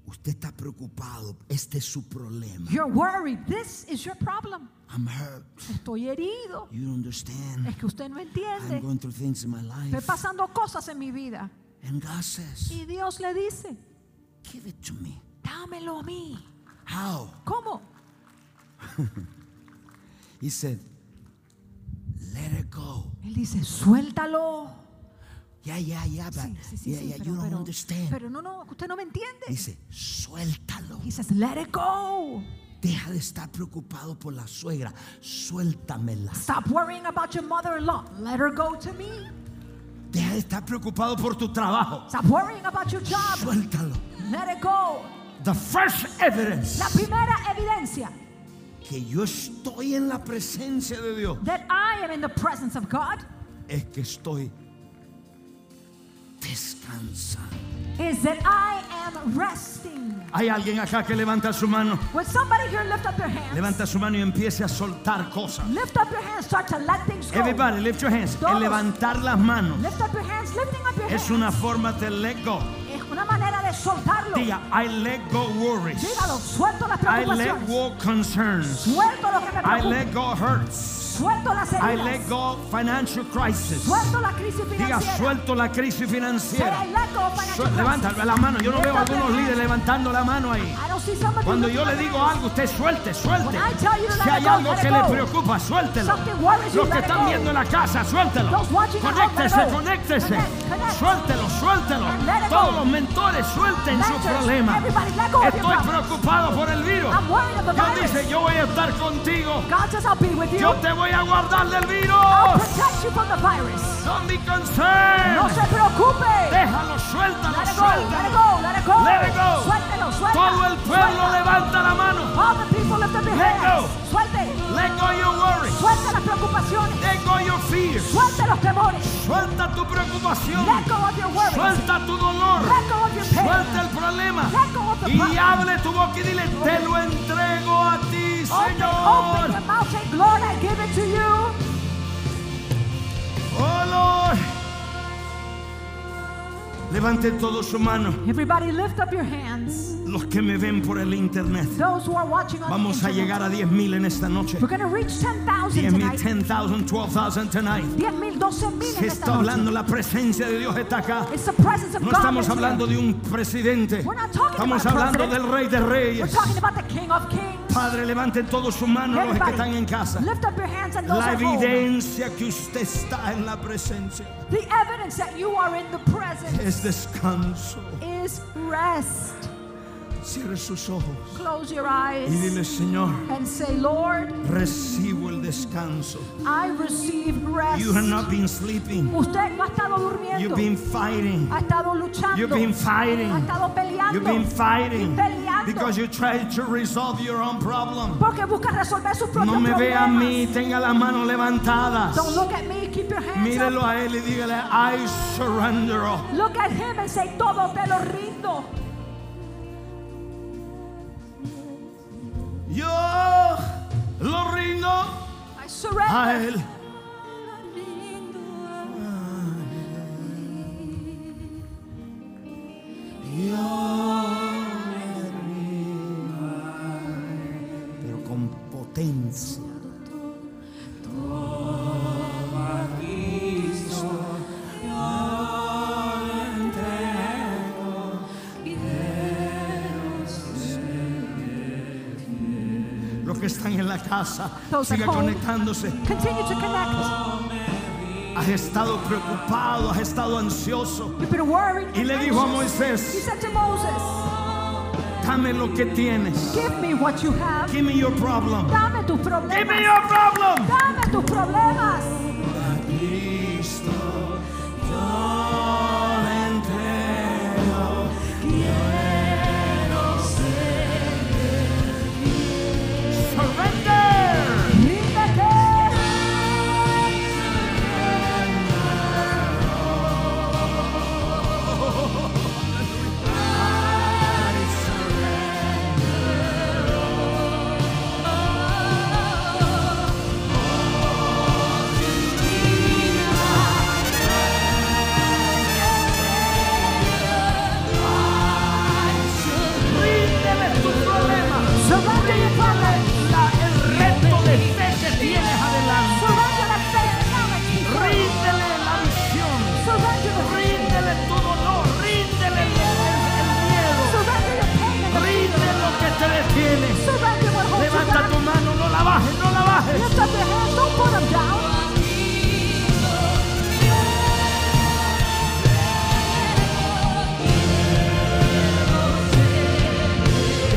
[SPEAKER 1] usted está preocupado, este es su problema.
[SPEAKER 2] you're worried, this is your problem.
[SPEAKER 1] I'm hurt.
[SPEAKER 2] Estoy herido.
[SPEAKER 1] You don't understand.
[SPEAKER 2] Es que usted no
[SPEAKER 1] I'm
[SPEAKER 2] entiende.
[SPEAKER 1] going through things in my
[SPEAKER 2] Estoy
[SPEAKER 1] life.
[SPEAKER 2] pasando cosas en mi vida.
[SPEAKER 1] And God says,
[SPEAKER 2] Y Dios le dice,
[SPEAKER 1] Give it to me.
[SPEAKER 2] dámelo a mí.
[SPEAKER 1] How?
[SPEAKER 2] ¿Cómo?
[SPEAKER 1] He said, Let it go.
[SPEAKER 2] Él dice, suéltalo.
[SPEAKER 1] Yeah, yeah, yeah, but
[SPEAKER 2] Sí, sí, sí,
[SPEAKER 1] yeah,
[SPEAKER 2] sí,
[SPEAKER 1] yeah, you
[SPEAKER 2] pero,
[SPEAKER 1] don't
[SPEAKER 2] pero-
[SPEAKER 1] understand.
[SPEAKER 2] pero no, no, usted no me entiende.
[SPEAKER 1] Dice, suéltalo.
[SPEAKER 2] He says, let it go.
[SPEAKER 1] Deja de estar preocupado por la suegra. Suéltamela.
[SPEAKER 2] Stop worrying about your mother-in-law. Let her go to me.
[SPEAKER 1] Deja de estar preocupado por tu trabajo.
[SPEAKER 2] Stop worrying about your job.
[SPEAKER 1] Suéltalo.
[SPEAKER 2] Let it go.
[SPEAKER 1] The first evidence
[SPEAKER 2] La primera evidencia
[SPEAKER 1] que yo estoy en la presencia de Dios
[SPEAKER 2] that I am in the presence of God
[SPEAKER 1] es que estoy descansando.
[SPEAKER 2] is that I am resting.
[SPEAKER 1] Hay alguien acá que levanta su mano.
[SPEAKER 2] When somebody here lift up your hands,
[SPEAKER 1] Levanta su mano y empiece a soltar cosas.
[SPEAKER 2] lift up your hands, start to let things go.
[SPEAKER 1] Everybody, lift your hands.
[SPEAKER 2] Todos.
[SPEAKER 1] El levantar las manos
[SPEAKER 2] Lift up your hands, lifting up your
[SPEAKER 1] es
[SPEAKER 2] hands.
[SPEAKER 1] una forma de let go.
[SPEAKER 2] Es una manera de soltarlo.
[SPEAKER 1] Diga, I let go worries.
[SPEAKER 2] Dígalo, suelto las
[SPEAKER 1] I let
[SPEAKER 2] preocupaciones.
[SPEAKER 1] go concerns.
[SPEAKER 2] Suelto lo que me
[SPEAKER 1] I
[SPEAKER 2] preocupa.
[SPEAKER 1] let go hurts.
[SPEAKER 2] Suelto las
[SPEAKER 1] I
[SPEAKER 2] heridas.
[SPEAKER 1] let go financial crisis.
[SPEAKER 2] Suelto la crisis
[SPEAKER 1] Diga,
[SPEAKER 2] financiera.
[SPEAKER 1] suelto la crisis financiera.
[SPEAKER 2] Say, I let go of financial
[SPEAKER 1] Suel- Levanta
[SPEAKER 2] crisis.
[SPEAKER 1] la mano. Yo no
[SPEAKER 2] Lift
[SPEAKER 1] veo a
[SPEAKER 2] up your
[SPEAKER 1] algunos
[SPEAKER 2] hands.
[SPEAKER 1] líderes levantando la mano ahí.
[SPEAKER 2] I don't see somebody
[SPEAKER 1] Cuando yo le
[SPEAKER 2] lifting
[SPEAKER 1] digo
[SPEAKER 2] up their
[SPEAKER 1] algo, usted suelte, suelte.
[SPEAKER 2] When I tell you to let
[SPEAKER 1] Si hay
[SPEAKER 2] it go,
[SPEAKER 1] algo
[SPEAKER 2] let
[SPEAKER 1] que
[SPEAKER 2] it
[SPEAKER 1] le
[SPEAKER 2] go.
[SPEAKER 1] preocupa, suéltelo.
[SPEAKER 2] Something worries you,
[SPEAKER 1] Los que
[SPEAKER 2] let it
[SPEAKER 1] están
[SPEAKER 2] go.
[SPEAKER 1] viendo en la casa, suéltelo.
[SPEAKER 2] Those watching at home,
[SPEAKER 1] Conéctese,
[SPEAKER 2] let it go.
[SPEAKER 1] conéctese.
[SPEAKER 2] Connect, connect.
[SPEAKER 1] Suéltelo, suéltelo.
[SPEAKER 2] And let it go.
[SPEAKER 1] Todos los mentores suelten su
[SPEAKER 2] Mentors,
[SPEAKER 1] problema.
[SPEAKER 2] everybody, let go of your
[SPEAKER 1] Estoy
[SPEAKER 2] problems.
[SPEAKER 1] preocupado por el virus.
[SPEAKER 2] I'm worried of the
[SPEAKER 1] Dios
[SPEAKER 2] virus.
[SPEAKER 1] dice, yo voy a estar contigo.
[SPEAKER 2] God says, I'll be with you.
[SPEAKER 1] Yo te voy a guardar del
[SPEAKER 2] I'll
[SPEAKER 1] virus.
[SPEAKER 2] protect you from the virus.
[SPEAKER 1] Don't be
[SPEAKER 2] No
[SPEAKER 1] concerned.
[SPEAKER 2] se preocupe.
[SPEAKER 1] Déjalo, suéltalo,
[SPEAKER 2] Let it go, let it
[SPEAKER 1] suéltalo.
[SPEAKER 2] go, let it go.
[SPEAKER 1] Let it go.
[SPEAKER 2] Suéltelo, suéltalo.
[SPEAKER 1] Todo el pueblo levanta la mano.
[SPEAKER 2] All the people lift up their
[SPEAKER 1] Let
[SPEAKER 2] hands.
[SPEAKER 1] go.
[SPEAKER 2] Suelte.
[SPEAKER 1] Let go your worries.
[SPEAKER 2] Suelta las preocupaciones.
[SPEAKER 1] Let go your fears.
[SPEAKER 2] Suelta los temores.
[SPEAKER 1] Suelta tu preocupación.
[SPEAKER 2] Let go of your worries.
[SPEAKER 1] Suelta tu dolor.
[SPEAKER 2] Let go of your pain.
[SPEAKER 1] Suelta el problema.
[SPEAKER 2] Let go of the
[SPEAKER 1] Y
[SPEAKER 2] problem.
[SPEAKER 1] abre tu boca y dile, te lo entrego a ti,
[SPEAKER 2] Open, open your
[SPEAKER 1] Señor.
[SPEAKER 2] mouth. Say, Lord, I give it to you.
[SPEAKER 1] Oh, Lord.
[SPEAKER 3] Levante todos su mano.
[SPEAKER 2] Everybody lift up your hands.
[SPEAKER 3] Los que me ven por el internet.
[SPEAKER 2] Those who are watching on
[SPEAKER 3] Vamos
[SPEAKER 2] the
[SPEAKER 3] a llegar
[SPEAKER 2] internet.
[SPEAKER 3] a 10.000 en esta noche.
[SPEAKER 2] We're going to reach 10,000
[SPEAKER 3] 10.000,
[SPEAKER 2] tonight.
[SPEAKER 3] 10,000, 12,000 tonight.
[SPEAKER 2] 10,000, 12,000 en esta
[SPEAKER 3] Se está
[SPEAKER 2] noche.
[SPEAKER 3] hablando, la presencia de Dios está acá.
[SPEAKER 2] It's the presence of
[SPEAKER 3] No
[SPEAKER 2] God
[SPEAKER 3] estamos
[SPEAKER 2] that's here.
[SPEAKER 3] hablando de un presidente.
[SPEAKER 2] We're not talking
[SPEAKER 3] Estamos
[SPEAKER 2] about a
[SPEAKER 3] hablando
[SPEAKER 2] president.
[SPEAKER 3] del rey de
[SPEAKER 2] We're
[SPEAKER 3] reyes.
[SPEAKER 2] talking about the King of Kings.
[SPEAKER 3] Padre, levanten todos sus manos los que
[SPEAKER 2] Everybody,
[SPEAKER 3] están en casa.
[SPEAKER 2] lift up your hands and those
[SPEAKER 3] La
[SPEAKER 2] at home.
[SPEAKER 3] evidencia que usted está en la presencia
[SPEAKER 2] The evidence that you are in the presence
[SPEAKER 3] es descanso.
[SPEAKER 2] is rest.
[SPEAKER 3] Cierre sus ojos
[SPEAKER 2] Close your
[SPEAKER 3] y
[SPEAKER 2] eyes
[SPEAKER 3] dile, Señor,
[SPEAKER 2] and say, Lord,
[SPEAKER 3] recibo el descanso.
[SPEAKER 2] I receive rest.
[SPEAKER 3] You have not been sleeping.
[SPEAKER 2] Usted no ha estado
[SPEAKER 3] You've
[SPEAKER 2] durmiendo.
[SPEAKER 3] been fighting.
[SPEAKER 2] Ha estado luchando.
[SPEAKER 3] You've been fighting.
[SPEAKER 2] Ha estado peleando.
[SPEAKER 3] You've been fighting
[SPEAKER 2] Peleando.
[SPEAKER 3] because you tried to resolve your own problem.
[SPEAKER 2] Porque busca resolver sus propios
[SPEAKER 3] No me vea a
[SPEAKER 2] problemas.
[SPEAKER 3] mí, tenga las manos levantadas.
[SPEAKER 2] Don't look at me. Keep your hands
[SPEAKER 3] Mírelo
[SPEAKER 2] up.
[SPEAKER 3] a él y dígale, I surrender. all."
[SPEAKER 2] Look at him and say, todo te lo rindo.
[SPEAKER 3] Yo lo rindo
[SPEAKER 2] I
[SPEAKER 3] a
[SPEAKER 2] surrender.
[SPEAKER 3] Ah, él. Pero con potencia. Los que están en la casa,
[SPEAKER 2] Those at
[SPEAKER 3] siga
[SPEAKER 2] home.
[SPEAKER 3] conectándose.
[SPEAKER 2] Continue to connect.
[SPEAKER 3] Has estado preocupado, has estado ansioso.
[SPEAKER 2] You've been worried.
[SPEAKER 3] Y le
[SPEAKER 2] and
[SPEAKER 3] dijo a
[SPEAKER 2] anxious.
[SPEAKER 3] Moisés,
[SPEAKER 2] He said to Moses,
[SPEAKER 3] Dame lo que tienes.
[SPEAKER 2] give me what you have.
[SPEAKER 3] Give me your problem.
[SPEAKER 2] Dame tus
[SPEAKER 3] Give me
[SPEAKER 2] problemas.
[SPEAKER 3] your problem.
[SPEAKER 2] Dame tus problemas.
[SPEAKER 3] Cristo, yo le entrego. Quiero ser Surrender.
[SPEAKER 2] Ríndete.
[SPEAKER 3] Ríndeme tu problema.
[SPEAKER 2] Surrender your problems.
[SPEAKER 3] La- el reto de fe que tienes adelante.
[SPEAKER 2] Surrender the faith knowledge before you.
[SPEAKER 3] Ríndele la visión.
[SPEAKER 2] Surrender the freedom.
[SPEAKER 3] Ríndele tu dolor. Ríndele el, el- el miedo.
[SPEAKER 2] Surrender your pain and the
[SPEAKER 3] Ríndele lo que te detiene.
[SPEAKER 2] Surrender what holds you
[SPEAKER 3] Levanta tu
[SPEAKER 2] back.
[SPEAKER 3] mano, no la bajes, no la bajes.
[SPEAKER 2] Lift up your hands. Don't put them down.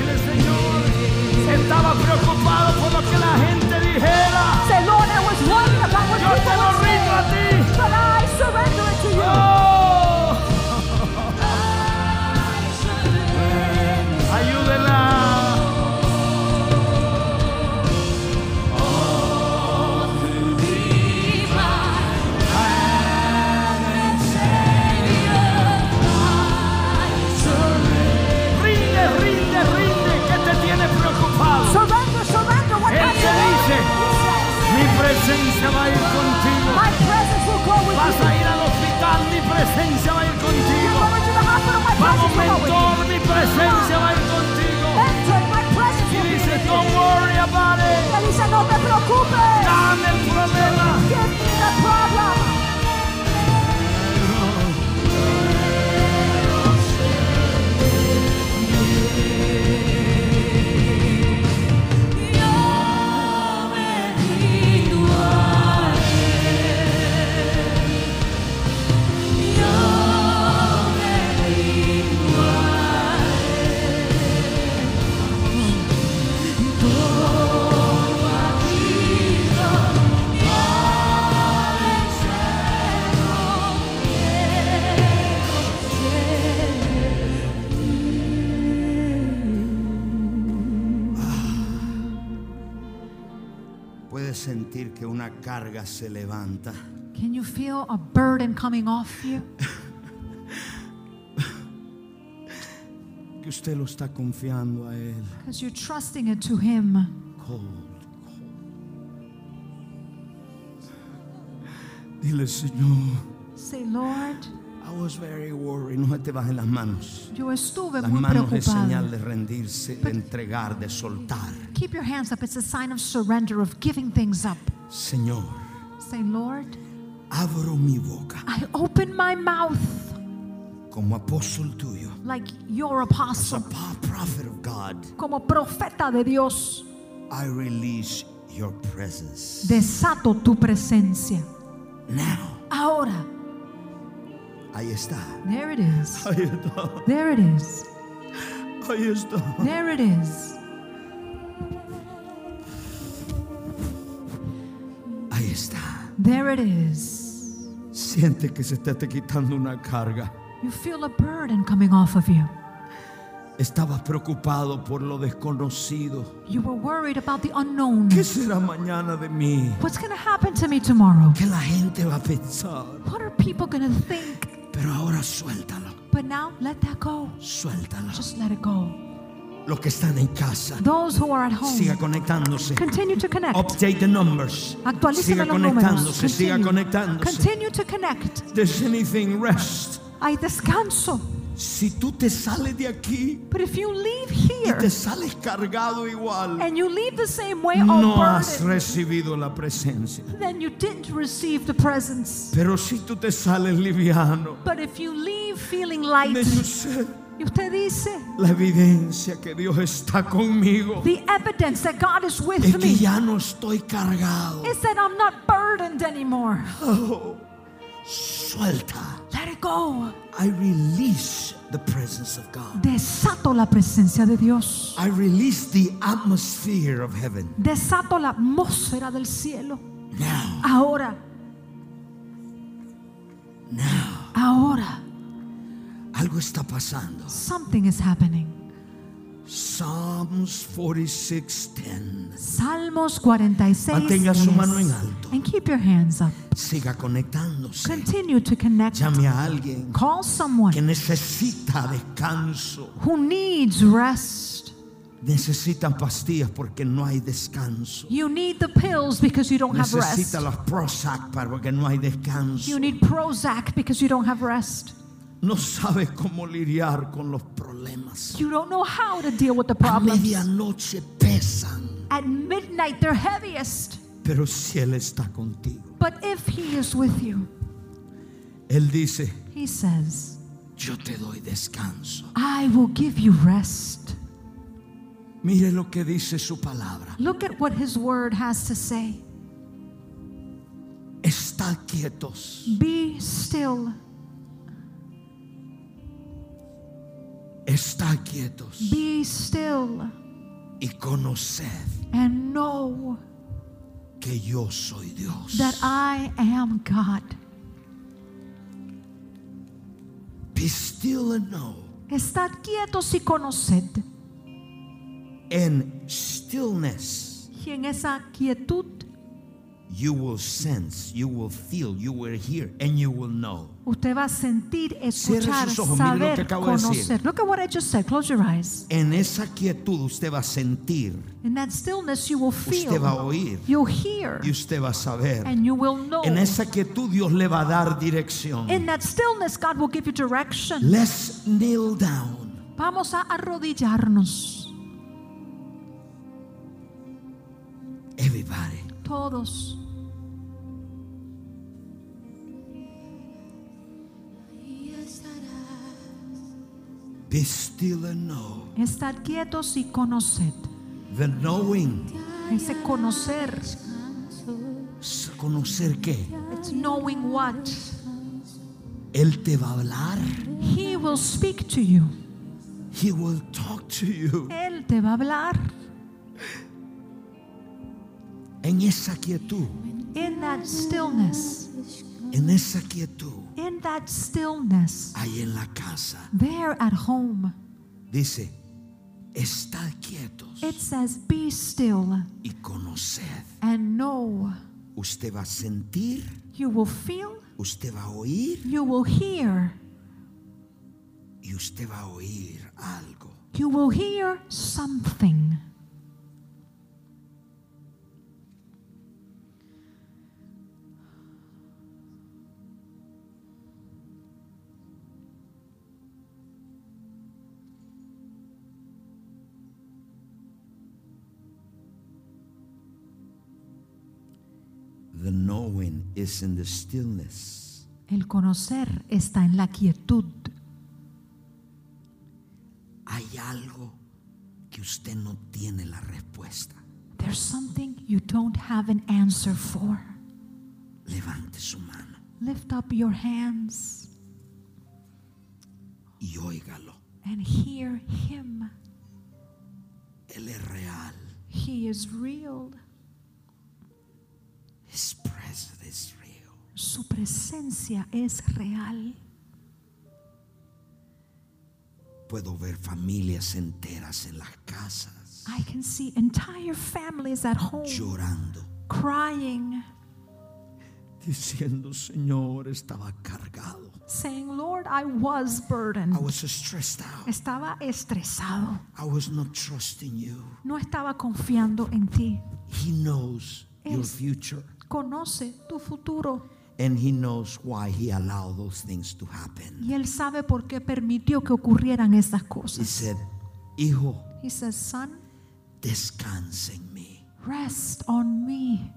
[SPEAKER 3] El Señor estaba preocupado por lo que la gente dijera.
[SPEAKER 2] Say, Lord, I was worried about what
[SPEAKER 3] Yo
[SPEAKER 2] people
[SPEAKER 3] te lo
[SPEAKER 2] would
[SPEAKER 3] rindo a
[SPEAKER 2] say,
[SPEAKER 3] ti.
[SPEAKER 2] but I surrender it to you.
[SPEAKER 3] ¡Oh! Ayúdela. Rinde, rinde, rinde. ¿Qué te tiene preocupado?
[SPEAKER 2] Surrender, surrender what
[SPEAKER 3] Él
[SPEAKER 2] has
[SPEAKER 3] te
[SPEAKER 2] you
[SPEAKER 3] dice, Mi presencia va a ir contigo.
[SPEAKER 2] My presence will go with
[SPEAKER 3] Vas
[SPEAKER 2] you.
[SPEAKER 3] a ir al hospital, mi presencia va a ir
[SPEAKER 2] You're
[SPEAKER 3] contigo.
[SPEAKER 2] going to the hospital, my
[SPEAKER 3] Vamos,
[SPEAKER 2] presence will go with you.
[SPEAKER 3] mentor, mi presencia va a ir contigo.
[SPEAKER 2] Mentor, my presence
[SPEAKER 3] Y
[SPEAKER 2] will be
[SPEAKER 3] dice,
[SPEAKER 2] with you.
[SPEAKER 3] don't worry about it.
[SPEAKER 2] Él dice, no te preocupes.
[SPEAKER 3] Dame el problema.
[SPEAKER 2] Give me the problem.
[SPEAKER 3] Puedes sentir que una carga se levanta.
[SPEAKER 2] Can you feel a burden coming off you?
[SPEAKER 3] Que usted lo está confiando a él.
[SPEAKER 2] Because you're trusting it to Him.
[SPEAKER 3] Cold, cold. Dile, Señor,
[SPEAKER 2] Say, Lord,
[SPEAKER 1] I was very worried. No se te bajen las manos.
[SPEAKER 2] Yo estuve
[SPEAKER 1] Las
[SPEAKER 2] muy
[SPEAKER 1] manos es
[SPEAKER 2] preocupada.
[SPEAKER 1] señal de rendirse, de entregar, de soltar.
[SPEAKER 2] Keep your hands up. It's a sign of surrender, of giving things up.
[SPEAKER 1] Señor,
[SPEAKER 2] Say, Lord,
[SPEAKER 1] abro mi boca
[SPEAKER 2] I open my mouth
[SPEAKER 1] como apóstol tuyo.
[SPEAKER 2] like your
[SPEAKER 1] As a
[SPEAKER 2] apostle,
[SPEAKER 1] po- prophet of God,
[SPEAKER 2] como profeta de Dios.
[SPEAKER 1] I release your presence.
[SPEAKER 2] Desato tu presencia.
[SPEAKER 1] Now,
[SPEAKER 2] Ahora,
[SPEAKER 1] ahí está.
[SPEAKER 2] there it is.
[SPEAKER 1] Ahí está.
[SPEAKER 2] There it is.
[SPEAKER 1] Ahí está.
[SPEAKER 2] There it is.
[SPEAKER 1] Ahí está.
[SPEAKER 2] There it is.
[SPEAKER 1] Siente que se está te quitando una carga.
[SPEAKER 2] You feel a burden coming off of you.
[SPEAKER 1] Estabas preocupado por lo desconocido.
[SPEAKER 2] You were worried about the unknown.
[SPEAKER 1] ¿Qué será mañana de mí?
[SPEAKER 2] What's going to happen to me tomorrow?
[SPEAKER 1] ¿Qué la gente va a pensar?
[SPEAKER 2] What are people going to think?
[SPEAKER 1] Pero ahora suéltalo,
[SPEAKER 2] But now let that go.
[SPEAKER 1] suéltalo.
[SPEAKER 2] Just let it go.
[SPEAKER 1] Los que están en casa,
[SPEAKER 2] Those who are at home,
[SPEAKER 1] siga conectándose.
[SPEAKER 2] continue to connect.
[SPEAKER 1] Update the numbers.
[SPEAKER 2] Actualíceme
[SPEAKER 1] Siga
[SPEAKER 2] los números.
[SPEAKER 1] conectándose, siga
[SPEAKER 2] Continue.
[SPEAKER 1] conectándose.
[SPEAKER 2] Continue to connect.
[SPEAKER 1] There's anything rest.
[SPEAKER 2] Hay descanso.
[SPEAKER 1] Si tú te sales de aquí
[SPEAKER 2] But if you leave
[SPEAKER 1] y
[SPEAKER 2] here
[SPEAKER 1] te sales cargado igual,
[SPEAKER 2] and you leave the same way, all
[SPEAKER 1] no has
[SPEAKER 2] burdened,
[SPEAKER 1] recibido la presencia.
[SPEAKER 2] then you didn't receive the presence.
[SPEAKER 1] Pero si tú te sales liviano,
[SPEAKER 2] But if you leave feeling light,
[SPEAKER 1] de yo sé
[SPEAKER 2] y usted dice,
[SPEAKER 1] la evidencia que Dios está conmigo.
[SPEAKER 2] the evidence that God
[SPEAKER 1] Es
[SPEAKER 2] is with
[SPEAKER 1] que
[SPEAKER 2] me
[SPEAKER 1] ya no estoy cargado.
[SPEAKER 2] is that I'm not burdened anymore.
[SPEAKER 1] Oh, suelta.
[SPEAKER 2] Let it go.
[SPEAKER 1] I release the presence of God.
[SPEAKER 2] Desato la presencia de Dios.
[SPEAKER 1] I release the atmosphere of heaven.
[SPEAKER 2] Desato la atmósfera del cielo.
[SPEAKER 1] Now,
[SPEAKER 2] Ahora,
[SPEAKER 1] now,
[SPEAKER 2] ahora,
[SPEAKER 1] algo está pasando.
[SPEAKER 2] something is happening.
[SPEAKER 1] Psalms 46:10.
[SPEAKER 2] Salmos 46.
[SPEAKER 1] Mantenga su
[SPEAKER 2] 10.
[SPEAKER 1] mano en alto.
[SPEAKER 2] And keep your hands up.
[SPEAKER 1] Siga conectándose.
[SPEAKER 2] Continue to connect.
[SPEAKER 1] Llame a alguien
[SPEAKER 2] Call someone
[SPEAKER 1] que necesita descanso.
[SPEAKER 2] who needs rest.
[SPEAKER 1] Necesitan pastillas porque no hay descanso.
[SPEAKER 2] You need the pills because you don't have rest.
[SPEAKER 1] Necesita las Prozac para- porque no hay descanso.
[SPEAKER 2] You need Prozac because you don't have rest.
[SPEAKER 1] No sabes cómo lidiar con los problemas.
[SPEAKER 2] You don't know how to deal with the
[SPEAKER 1] A
[SPEAKER 2] problems.
[SPEAKER 1] medianoche pesan,
[SPEAKER 2] At midnight, they're heaviest.
[SPEAKER 1] pero si Él está contigo,
[SPEAKER 2] But if He is with you,
[SPEAKER 1] Él dice,
[SPEAKER 2] He says,
[SPEAKER 1] yo te doy descanso.
[SPEAKER 2] I will give you rest.
[SPEAKER 1] Mire lo que dice su palabra.
[SPEAKER 2] Look at what His word has to say.
[SPEAKER 1] Estad quietos,
[SPEAKER 2] Be still,
[SPEAKER 1] estad quietos
[SPEAKER 2] be still,
[SPEAKER 1] y conoced
[SPEAKER 2] and know
[SPEAKER 1] que yo soy Dios.
[SPEAKER 2] that I am God.
[SPEAKER 1] Be still and know.
[SPEAKER 2] Estad quietos y conoced.
[SPEAKER 1] In stillness,
[SPEAKER 2] Y en esa quietud
[SPEAKER 1] you will sense, you will feel, you will hear, and you will know.
[SPEAKER 2] usted va a sentir,
[SPEAKER 1] sus
[SPEAKER 2] escuchar,
[SPEAKER 1] ojos, mire lo que
[SPEAKER 2] saber,
[SPEAKER 1] acabo de decir.
[SPEAKER 2] conocer. Look at what I just said. Close your eyes.
[SPEAKER 1] En esa quietud usted va a sentir,
[SPEAKER 2] In that stillness, you will
[SPEAKER 1] usted va a
[SPEAKER 2] feel,
[SPEAKER 1] oír
[SPEAKER 2] you'll hear,
[SPEAKER 1] y usted va a saber.
[SPEAKER 2] and you will know.
[SPEAKER 1] En esa quietud Dios le va a dar dirección.
[SPEAKER 2] In that stillness, God will give you direction.
[SPEAKER 1] Let's kneel down
[SPEAKER 2] Vamos a arrodillarnos
[SPEAKER 1] everybody
[SPEAKER 2] todos.
[SPEAKER 1] be still and know
[SPEAKER 2] Estad quietos y conoced.
[SPEAKER 1] the knowing
[SPEAKER 2] Ese conocer,
[SPEAKER 1] es conocer que
[SPEAKER 2] it's knowing what.
[SPEAKER 1] Él te va a hablar
[SPEAKER 2] He will speak to you.
[SPEAKER 1] He will talk to you
[SPEAKER 2] Él te va a hablar.
[SPEAKER 1] en esa quietud
[SPEAKER 2] In that stillness,
[SPEAKER 1] en esa quietud
[SPEAKER 2] in that stillness,
[SPEAKER 1] ahí en la casa
[SPEAKER 2] there at home,
[SPEAKER 1] dice estad quietos
[SPEAKER 2] it says, Be still
[SPEAKER 1] y conoced
[SPEAKER 2] and know.
[SPEAKER 1] usted va a sentir
[SPEAKER 2] You will feel,
[SPEAKER 1] usted va a oír
[SPEAKER 2] you will hear,
[SPEAKER 1] y usted va a oír algo
[SPEAKER 2] you will hear something.
[SPEAKER 1] knowing is in the stillness.
[SPEAKER 2] El conocer está en la quietud.
[SPEAKER 1] Hay algo que usted no tiene la respuesta.
[SPEAKER 2] There's something you don't have an answer for.
[SPEAKER 1] Levante su mano
[SPEAKER 2] Lift up your hands
[SPEAKER 1] y óigalo.
[SPEAKER 2] and hear Him.
[SPEAKER 1] Él es real.
[SPEAKER 2] He is real.
[SPEAKER 1] His presence is real.
[SPEAKER 2] Su presencia es real.
[SPEAKER 1] Puedo ver familias enteras en las casas
[SPEAKER 2] I can see entire families at home
[SPEAKER 1] llorando,
[SPEAKER 2] crying,
[SPEAKER 1] diciendo, Señor, estaba cargado.
[SPEAKER 2] saying, Lord, I was
[SPEAKER 1] I
[SPEAKER 2] burdened.
[SPEAKER 1] was stressed out.
[SPEAKER 2] Estaba estresado.
[SPEAKER 1] I was not trusting you.
[SPEAKER 2] No estaba confiando en ti.
[SPEAKER 1] He knows your
[SPEAKER 2] Es-
[SPEAKER 1] future.
[SPEAKER 2] Conoce tu futuro
[SPEAKER 1] And he knows why he allowed those things to happen.
[SPEAKER 2] y Él sabe por qué permitió que ocurrieran esas
[SPEAKER 1] He
[SPEAKER 2] cosas.
[SPEAKER 1] said, Hijo,
[SPEAKER 2] He says, Son,
[SPEAKER 1] descansa en mí.
[SPEAKER 2] rest on me.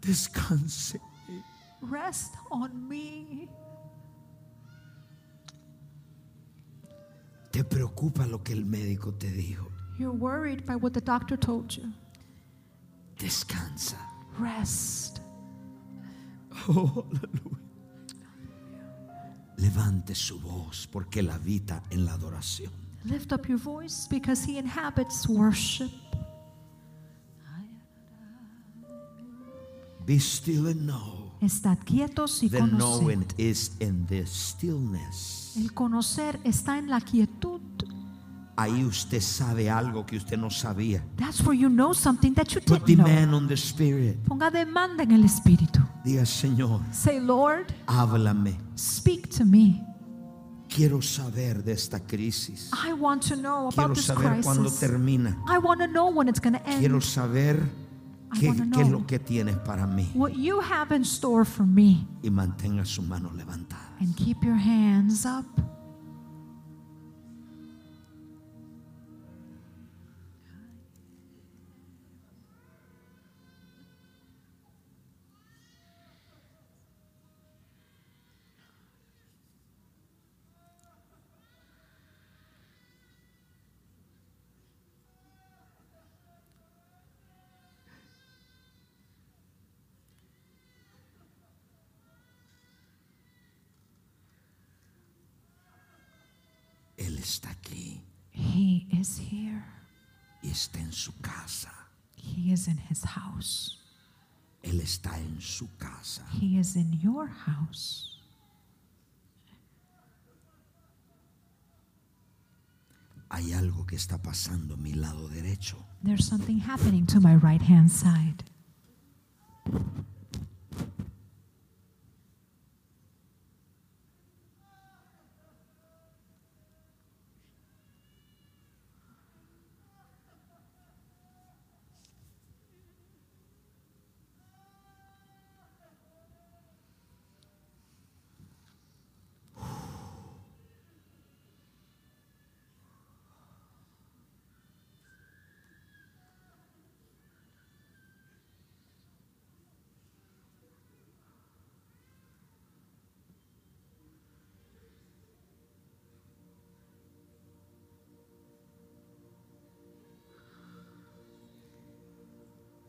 [SPEAKER 1] Descanse.
[SPEAKER 2] Rest on me.
[SPEAKER 1] Te preocupa lo que el médico te dijo.
[SPEAKER 2] You're worried by what the doctor told you.
[SPEAKER 1] Descansa.
[SPEAKER 2] Rest.
[SPEAKER 1] Oh, aleluya. Levante su voz porque él habita en la adoración.
[SPEAKER 2] Lift up your voice because he inhabits worship.
[SPEAKER 1] Be still and know.
[SPEAKER 2] Estad quietos y
[SPEAKER 1] The
[SPEAKER 2] conoced.
[SPEAKER 1] knowing is in the stillness.
[SPEAKER 2] El conocer está en la quietud.
[SPEAKER 1] Ahí usted sabe algo que usted no sabía.
[SPEAKER 2] That's where you know something that you
[SPEAKER 1] Put
[SPEAKER 2] didn't know.
[SPEAKER 1] demand on the spirit.
[SPEAKER 2] Ponga demanda en el espíritu.
[SPEAKER 1] Diga, Señor,
[SPEAKER 2] Say, Lord,
[SPEAKER 1] háblame.
[SPEAKER 2] speak to me.
[SPEAKER 1] Quiero saber de esta crisis.
[SPEAKER 2] I want to know about
[SPEAKER 1] Quiero
[SPEAKER 2] this
[SPEAKER 1] saber cuándo
[SPEAKER 2] crisis.
[SPEAKER 1] termina.
[SPEAKER 2] I want to know when it's going to
[SPEAKER 1] Quiero
[SPEAKER 2] end.
[SPEAKER 1] saber
[SPEAKER 2] I
[SPEAKER 1] qué,
[SPEAKER 2] wanna
[SPEAKER 1] qué es
[SPEAKER 2] know.
[SPEAKER 1] lo que tienes para mí.
[SPEAKER 2] What you have in store for me.
[SPEAKER 1] Y mantenga su mano levantada.
[SPEAKER 2] And keep your hands up.
[SPEAKER 1] Él está aquí
[SPEAKER 2] He is here.
[SPEAKER 1] y está en su casa.
[SPEAKER 2] He is in his house.
[SPEAKER 1] Él está en su casa.
[SPEAKER 2] He is in your house.
[SPEAKER 1] Hay algo que está pasando a mi lado derecho.
[SPEAKER 2] There's something happening to my right hand side.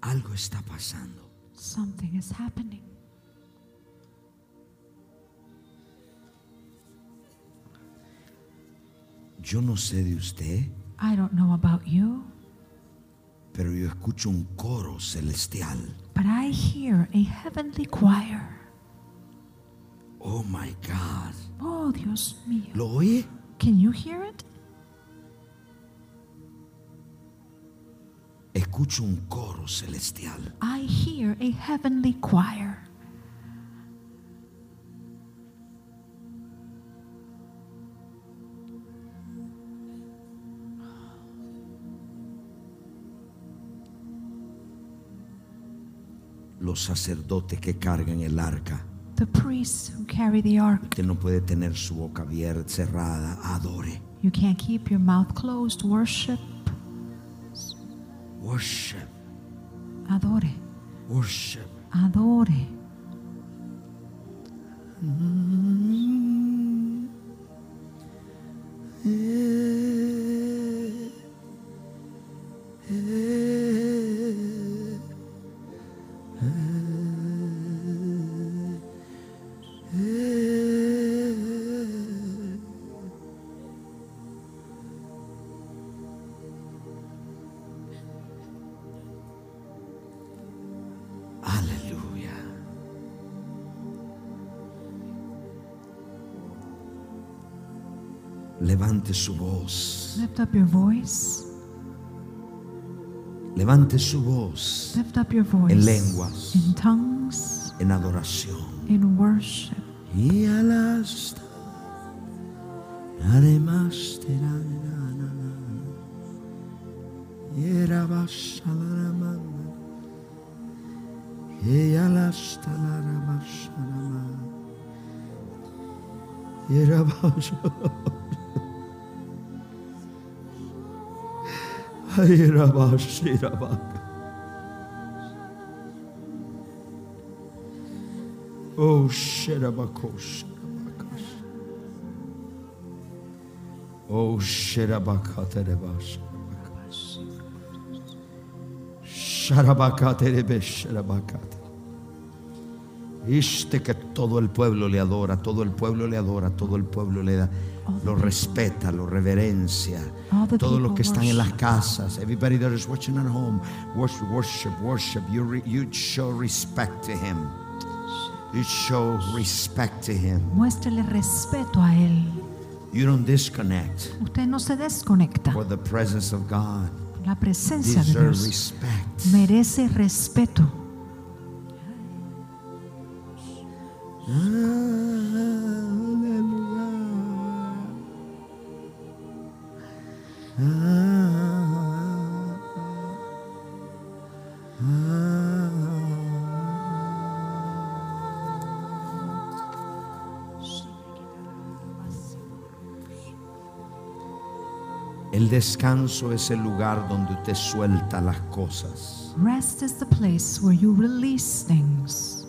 [SPEAKER 1] Algo está pasando.
[SPEAKER 2] Something is happening.
[SPEAKER 1] Yo no sé de usted,
[SPEAKER 2] I don't know about you,
[SPEAKER 1] pero yo escucho un coro celestial.
[SPEAKER 2] but I hear a heavenly choir.
[SPEAKER 1] Oh my God.
[SPEAKER 2] Oh, Dios mío.
[SPEAKER 1] ¿Lo oye?
[SPEAKER 2] Can you hear it?
[SPEAKER 1] Escucho un coro celestial.
[SPEAKER 2] I hear a heavenly choir.
[SPEAKER 1] los sacerdotes que cargan el arca.
[SPEAKER 2] The priests who carry the ark.
[SPEAKER 1] Usted no puede tener su boca abierta, cerrada, adore.
[SPEAKER 2] You can't keep your mouth closed. Worship.
[SPEAKER 1] Worship.
[SPEAKER 2] Adore,
[SPEAKER 1] Worship.
[SPEAKER 2] adore.
[SPEAKER 1] Aleluya. Levante su voz.
[SPEAKER 2] Lift up your voice.
[SPEAKER 1] Levante su voz
[SPEAKER 2] Lift up your voice.
[SPEAKER 1] en lenguas,
[SPEAKER 2] In tongues,
[SPEAKER 1] en adoración.
[SPEAKER 2] in worship.
[SPEAKER 1] Y alasta, además te la na, na, na. Y era basa la la manda. Y alasta la la basa la la. Y era basa. Ay, era basa, era basa. Oh, Sherabakos. Oh, Sherabakaterebas. Sharabakaterebes, Sherabakate. Este que todo el pueblo le adora, todo el pueblo le adora, todo el pueblo le da, lo respeta, lo reverencia.
[SPEAKER 2] All the
[SPEAKER 1] Todos los
[SPEAKER 2] people
[SPEAKER 1] que están en las
[SPEAKER 2] worship.
[SPEAKER 1] casas, everybody that is watching at home, worship, worship, worship. You, re- you show respect to him. You show respect to him.
[SPEAKER 2] Muéstrele respeto a Él.
[SPEAKER 1] You don't disconnect
[SPEAKER 2] Usted no se desconecta.
[SPEAKER 1] for the presence of God.
[SPEAKER 2] La presencia de
[SPEAKER 1] Deserve
[SPEAKER 2] Dios
[SPEAKER 1] respect.
[SPEAKER 2] merece respeto.
[SPEAKER 1] Hallelujah. Ah, El descanso es el lugar donde usted suelta las cosas.
[SPEAKER 2] Rest is the place where you release things.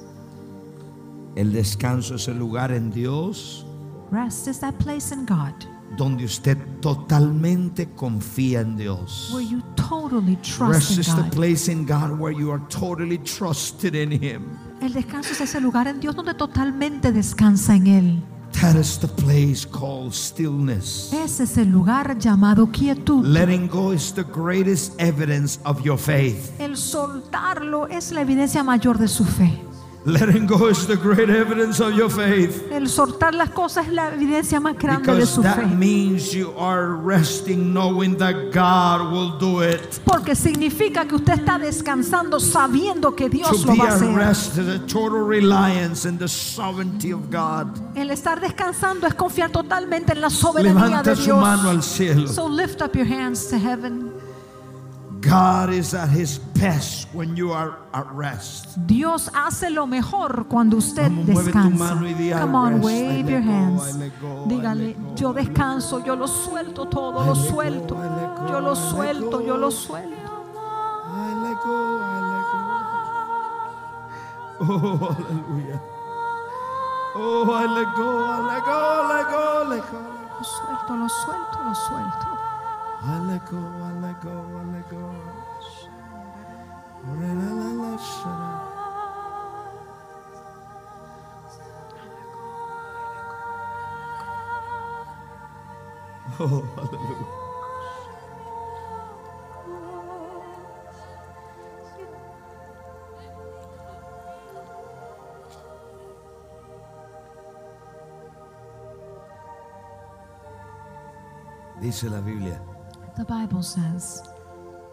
[SPEAKER 1] El descanso es el lugar en Dios
[SPEAKER 2] Rest is that place in God
[SPEAKER 1] donde usted totalmente confía en Dios.
[SPEAKER 2] where you totally trust
[SPEAKER 1] Rest
[SPEAKER 2] in
[SPEAKER 1] is the
[SPEAKER 2] God.
[SPEAKER 1] place in God where you are totally trusted in Him.
[SPEAKER 2] El descanso es ese lugar en Dios donde totalmente descansa en Él.
[SPEAKER 1] That is the place called stillness.
[SPEAKER 2] Ese es el lugar llamado quietud.
[SPEAKER 1] Letting go is the greatest evidence of your faith.
[SPEAKER 2] El soltarlo es la evidencia mayor de su fe.
[SPEAKER 1] Letting go is the great evidence of your faith.
[SPEAKER 2] El soltar las cosas es la evidencia más grande de
[SPEAKER 1] Because
[SPEAKER 2] su
[SPEAKER 1] that
[SPEAKER 2] fe.
[SPEAKER 1] means you are resting knowing that God will do it.
[SPEAKER 2] Porque significa que usted está descansando sabiendo que Dios
[SPEAKER 1] To
[SPEAKER 2] lo
[SPEAKER 1] be
[SPEAKER 2] va a
[SPEAKER 1] at
[SPEAKER 2] hacer.
[SPEAKER 1] rest is a total reliance in the sovereignty of God.
[SPEAKER 2] El estar descansando es confiar totalmente en la soberanía de
[SPEAKER 1] Levanta su mano al
[SPEAKER 2] Dios.
[SPEAKER 1] cielo.
[SPEAKER 2] So lift up your hands to heaven.
[SPEAKER 1] God is at his best when you are at rest.
[SPEAKER 2] Dios hace lo mejor cuando usted
[SPEAKER 1] Vamos, mueve tu
[SPEAKER 2] descansa.
[SPEAKER 1] mano y di, "I
[SPEAKER 2] Come on,
[SPEAKER 1] rest, I
[SPEAKER 2] wave
[SPEAKER 1] let
[SPEAKER 2] your
[SPEAKER 1] go, I
[SPEAKER 2] hands.
[SPEAKER 1] let go, I
[SPEAKER 2] Dígale,
[SPEAKER 1] let go,
[SPEAKER 2] yo descanso, yo lo suelto todo,
[SPEAKER 1] I
[SPEAKER 2] lo
[SPEAKER 1] let go,
[SPEAKER 2] suelto,
[SPEAKER 1] I let go,
[SPEAKER 2] yo
[SPEAKER 1] I
[SPEAKER 2] lo
[SPEAKER 1] let
[SPEAKER 2] suelto, yo
[SPEAKER 1] go."
[SPEAKER 2] lo suelto.
[SPEAKER 1] I let go, I let go. Oh, hallelujah. Oh, I let go, I let go, I let go, I let go.
[SPEAKER 2] Lo suelto, lo suelto, lo suelto.
[SPEAKER 1] I let go, I let go, I let go. Re la la la sha la. Oh, hallelujah. Dice la Biblia,
[SPEAKER 2] The Bible says,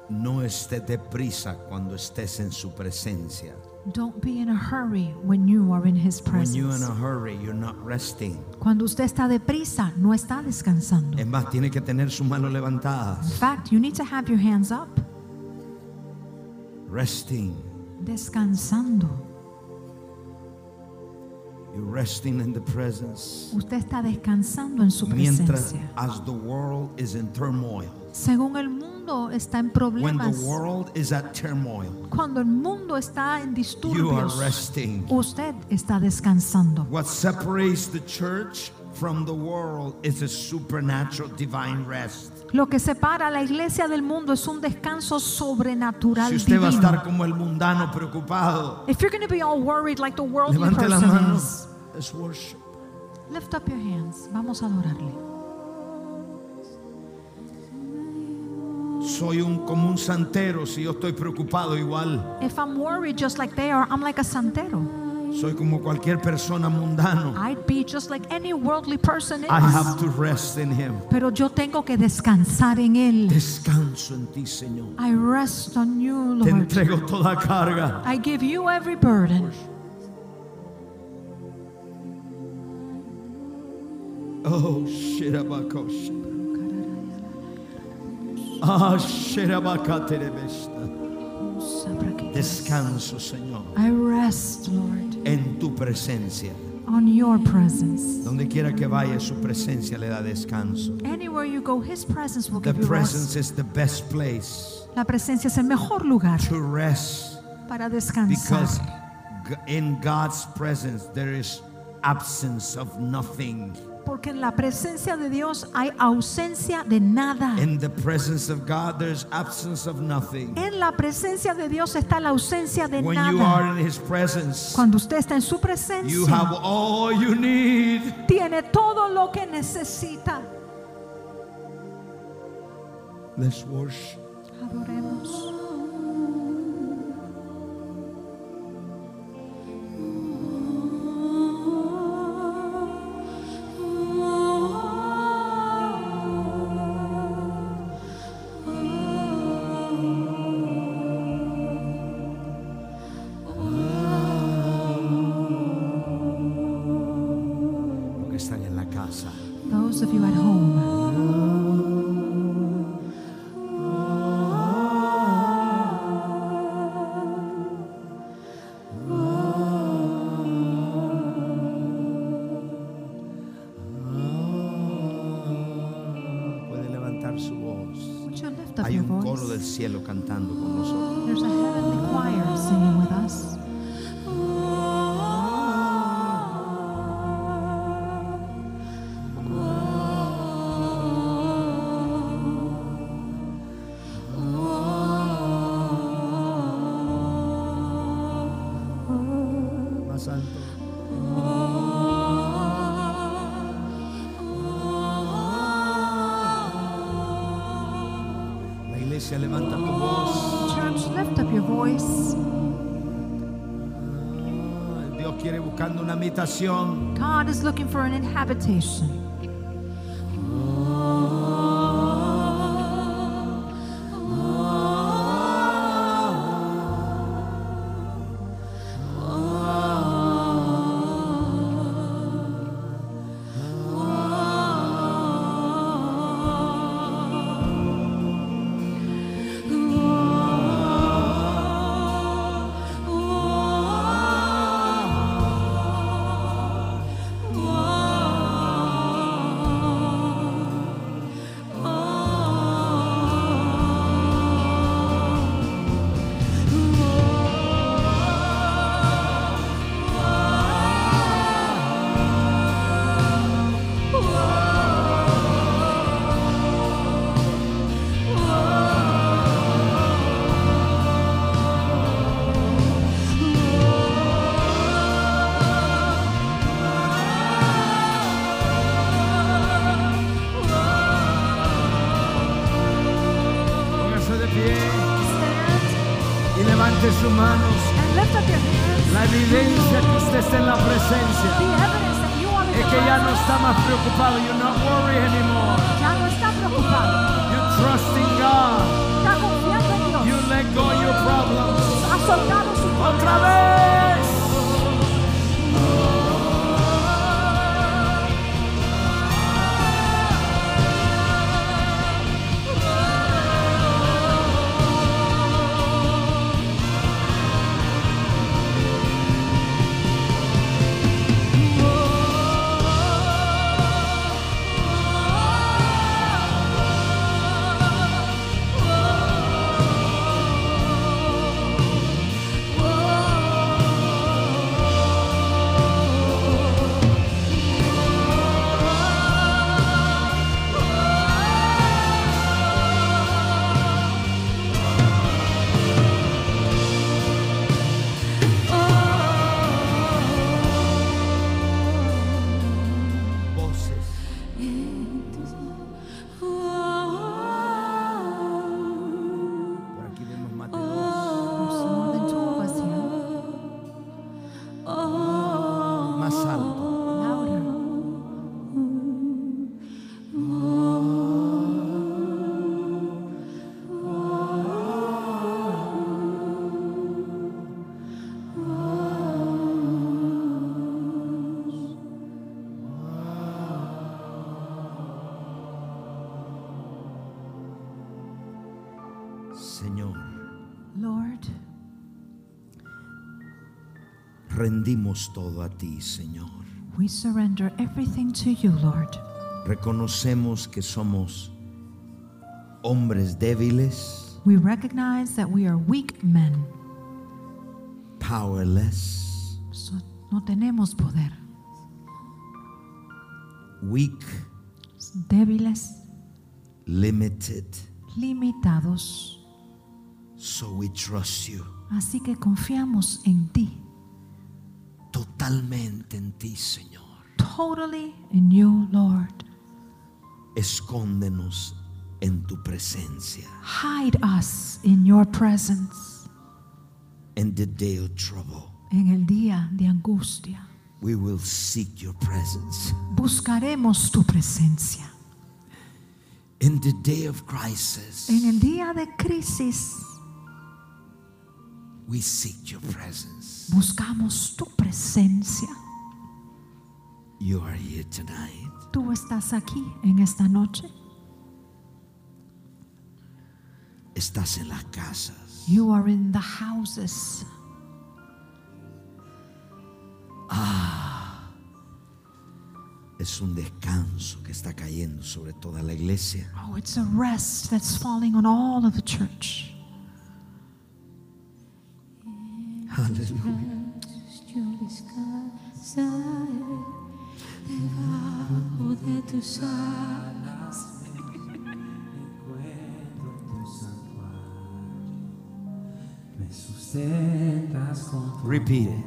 [SPEAKER 1] no estés deprisa cuando estés en su presencia.
[SPEAKER 2] don't be in a hurry when you are in his
[SPEAKER 1] When you're in
[SPEAKER 2] presence.
[SPEAKER 1] a hurry, you're not resting.
[SPEAKER 2] Cuando usted está deprisa, no está descansando.
[SPEAKER 1] Es más, tiene que tener sus manos levantadas.
[SPEAKER 2] In fact, you need to have your hands up,
[SPEAKER 1] Resting.
[SPEAKER 2] descansando.
[SPEAKER 1] You're resting in the presence.
[SPEAKER 2] Usted está descansando en su
[SPEAKER 1] Mientras
[SPEAKER 2] presencia.
[SPEAKER 1] as the world is in turmoil,
[SPEAKER 2] Según el mundo mundo está en
[SPEAKER 1] When
[SPEAKER 2] problemas,
[SPEAKER 1] the world is at turmoil,
[SPEAKER 2] cuando el mundo está en
[SPEAKER 1] you are
[SPEAKER 2] disturbios,
[SPEAKER 1] resting.
[SPEAKER 2] usted está descansando.
[SPEAKER 1] What separates the church from the world is a supernatural divine rest.
[SPEAKER 2] Lo que separa a la iglesia del mundo es un descanso sobrenatural
[SPEAKER 1] Si usted va a
[SPEAKER 2] divino.
[SPEAKER 1] estar como el mundano preocupado,
[SPEAKER 2] If you're going to be all worried like the worldly
[SPEAKER 1] levante la
[SPEAKER 2] person
[SPEAKER 1] mano.
[SPEAKER 2] is,
[SPEAKER 1] Es worship.
[SPEAKER 2] lift up your hands. Vamos a adorarle.
[SPEAKER 1] Soy un, como un santero si yo estoy preocupado igual.
[SPEAKER 2] If I'm worried just like they are, I'm like a santero.
[SPEAKER 1] Soy como cualquier persona mundano.
[SPEAKER 2] I'd be just like any worldly person is.
[SPEAKER 1] I have to rest in him.
[SPEAKER 2] Pero yo tengo que descansar en él.
[SPEAKER 1] Descanso en ti, Señor.
[SPEAKER 2] I rest on you,
[SPEAKER 1] Te
[SPEAKER 2] Lord.
[SPEAKER 1] entrego toda carga.
[SPEAKER 2] I give you every burden.
[SPEAKER 1] Oh, shirabakosh. Ah, shirabakaterebesta. Descanso, Señor,
[SPEAKER 2] I rest, Lord,
[SPEAKER 1] en tu presencia.
[SPEAKER 2] on your presence.
[SPEAKER 1] Donde quiera que vaya, su presencia le da descanso.
[SPEAKER 2] Anywhere you go, his presence will
[SPEAKER 1] The
[SPEAKER 2] give you
[SPEAKER 1] presence
[SPEAKER 2] rest.
[SPEAKER 1] is the best place
[SPEAKER 2] La presencia es el mejor lugar
[SPEAKER 1] to rest
[SPEAKER 2] para descansar.
[SPEAKER 1] because g- in God's presence there is absence of nothing.
[SPEAKER 2] Porque en la presencia de Dios hay ausencia de nada.
[SPEAKER 1] In the presence of God there is absence of nothing.
[SPEAKER 2] En la presencia de Dios está la ausencia de
[SPEAKER 1] When you
[SPEAKER 2] nada.
[SPEAKER 1] are in His presence,
[SPEAKER 2] Cuando usted está en su
[SPEAKER 1] you
[SPEAKER 2] presencia,
[SPEAKER 1] have all you need.
[SPEAKER 2] tiene todo lo que necesita.
[SPEAKER 1] Let's worship.
[SPEAKER 2] Adoremos.
[SPEAKER 1] Los que están en la casa,
[SPEAKER 2] Those of you at home,
[SPEAKER 1] puede levantar su voz.
[SPEAKER 2] would you lift up
[SPEAKER 1] Hay
[SPEAKER 2] your
[SPEAKER 1] un coro del
[SPEAKER 2] voice?
[SPEAKER 1] cielo cantando con nosotros.
[SPEAKER 2] There's a heavenly choir singing with us.
[SPEAKER 1] Más alto. La iglesia levanta tu voz.
[SPEAKER 2] Church, lift up your voice.
[SPEAKER 1] Dios quiere buscando una imitación.
[SPEAKER 2] God is looking for an inhabitation.
[SPEAKER 1] Póngase de pie
[SPEAKER 2] Stand
[SPEAKER 1] y levante sus manos.
[SPEAKER 2] and lift up your hands.
[SPEAKER 1] La evidencia que usted está en la
[SPEAKER 2] The
[SPEAKER 1] presencia
[SPEAKER 2] evidence that you are in
[SPEAKER 1] es
[SPEAKER 2] the
[SPEAKER 1] que ya no
[SPEAKER 2] presence.
[SPEAKER 1] está más preocupado. You're not worried anymore.
[SPEAKER 2] Ya no está preocupado.
[SPEAKER 1] You're trusting God.
[SPEAKER 2] Está confiando en Dios.
[SPEAKER 1] You let go your problems.
[SPEAKER 2] Ha soltado su
[SPEAKER 1] Otra vez.
[SPEAKER 3] Oh
[SPEAKER 1] Señor,
[SPEAKER 2] Lord,
[SPEAKER 1] rendimos todo a ti, Señor.
[SPEAKER 2] we surrender everything to you, Lord.
[SPEAKER 1] Reconocemos que somos hombres débiles,
[SPEAKER 2] We recognize that we are weak men.
[SPEAKER 1] powerless,
[SPEAKER 2] So- no tenemos poder.
[SPEAKER 1] weak,
[SPEAKER 2] Débiles,
[SPEAKER 1] limited.
[SPEAKER 2] limitados.
[SPEAKER 1] So we trust you
[SPEAKER 2] Así que confiamos en ti.
[SPEAKER 1] totalmente en ti, Señor.
[SPEAKER 2] Totally in you, Lord.
[SPEAKER 1] Escóndenos en tu presencia.
[SPEAKER 2] Hide us in your presence.
[SPEAKER 1] In the day of trouble,
[SPEAKER 2] En el día de angustia,
[SPEAKER 1] we will seek your presence.
[SPEAKER 2] buscaremos tu presencia.
[SPEAKER 1] In the day of crisis,
[SPEAKER 2] En el día de crisis,
[SPEAKER 1] we seek your presence.
[SPEAKER 2] buscamos tu presencia.
[SPEAKER 1] You are here tonight.
[SPEAKER 2] Tú estás aquí en esta noche.
[SPEAKER 1] Estás en las casas.
[SPEAKER 2] You are in the houses.
[SPEAKER 1] Es un descanso que está cayendo sobre toda la iglesia.
[SPEAKER 2] Oh, it's a rest that's falling on all of the church.
[SPEAKER 1] Aleluya.
[SPEAKER 4] Yo descansaré debajo de tus alas.
[SPEAKER 5] Me sustentas con tu
[SPEAKER 1] Repeat it.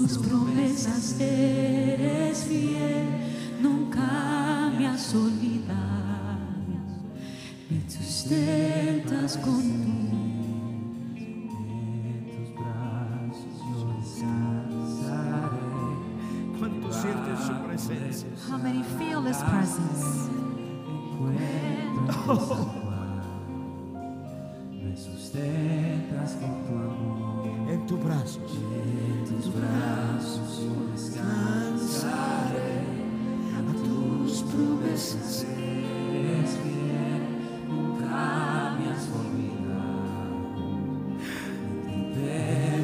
[SPEAKER 4] Tus promesas eres fiel, nunca me has olvidado. Me sustentas con tu
[SPEAKER 5] brazos yo descansaré.
[SPEAKER 3] ¿Cuánto sientes su presencia?
[SPEAKER 2] How many feel his presence?
[SPEAKER 5] Me sustentas con tu amor.
[SPEAKER 1] En tus brazos.
[SPEAKER 5] Tus brazos yo descansaré. A tus promesas eres fiel. Nunca me has olvidado. En ti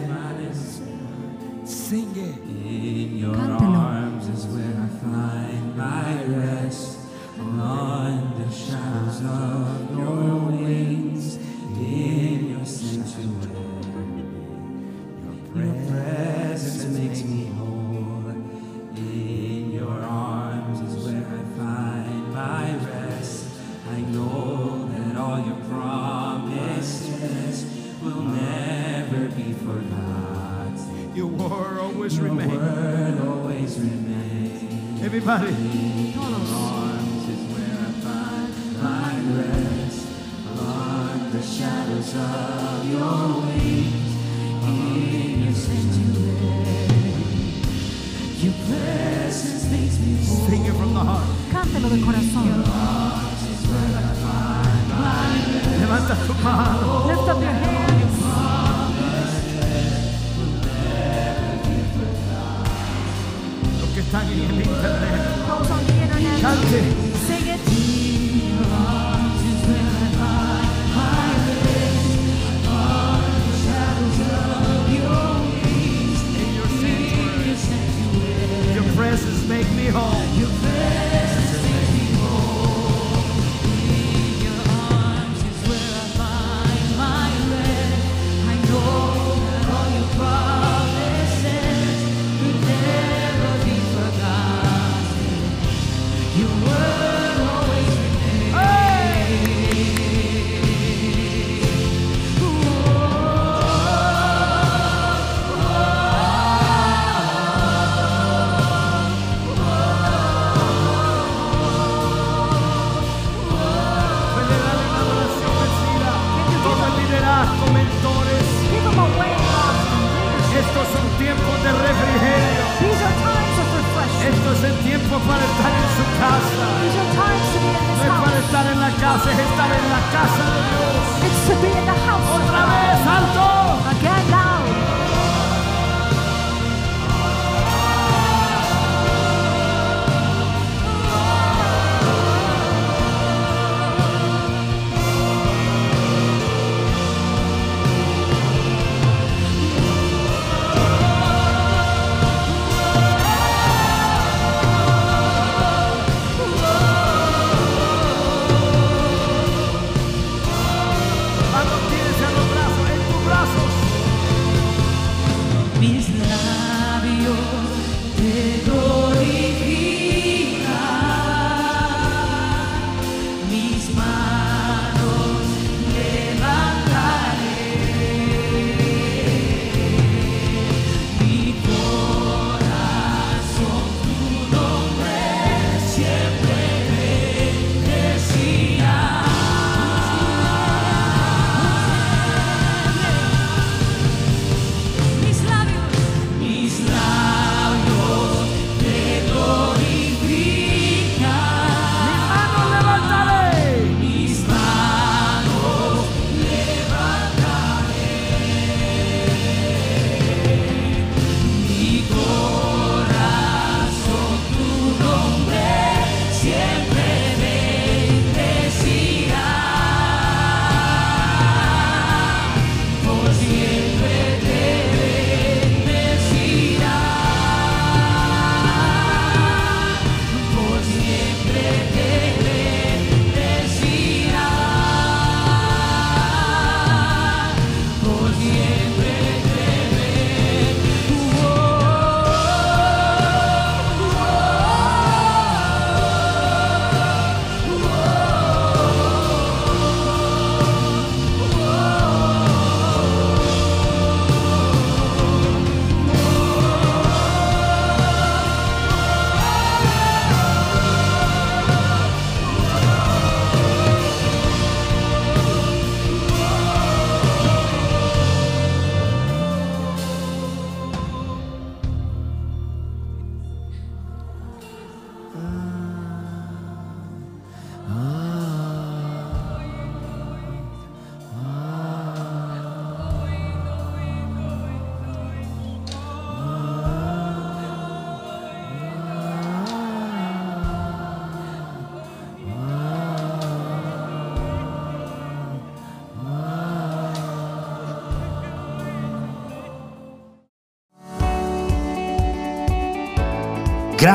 [SPEAKER 5] permaneceré.
[SPEAKER 1] Sing it.
[SPEAKER 5] In your
[SPEAKER 2] Cántelo.
[SPEAKER 5] arms is where I find my rest. On the shadows of your wings, in your sanctuary, your presence makes me whole. In your arms is where I find my rest. I know that all your promises will never be forgotten.
[SPEAKER 3] Your word always
[SPEAKER 5] Your
[SPEAKER 3] remains.
[SPEAKER 5] word always remains.
[SPEAKER 3] Everybody.
[SPEAKER 5] Arms is where I find my rest. On the shadows of your wings, in your sanctuary, your presence makes me whole.
[SPEAKER 3] Sing it from the heart.
[SPEAKER 2] Cántelo de corazón.
[SPEAKER 3] Levanta tu mano.
[SPEAKER 2] Lift up your hands.
[SPEAKER 3] Los que están en el internet.
[SPEAKER 2] Those on the internet,
[SPEAKER 3] Cante.
[SPEAKER 2] sing it.
[SPEAKER 3] In your sanctuary. Your presence make me whole. Pelear en la adoración vencida. Toma el liderazgo, mentores.
[SPEAKER 2] Give them a wave of leadership.
[SPEAKER 3] Estos son tiempos de refrigerio.
[SPEAKER 2] These are times of refreshing.
[SPEAKER 3] Esto es el tiempo para estar en su casa.
[SPEAKER 2] These are times to be in this
[SPEAKER 3] No es para
[SPEAKER 2] house.
[SPEAKER 3] estar en la casa, es estar en la casa de Dios.
[SPEAKER 2] It's to be in the house. of
[SPEAKER 3] Otra
[SPEAKER 2] God.
[SPEAKER 3] vez, alto.
[SPEAKER 2] Again, loud.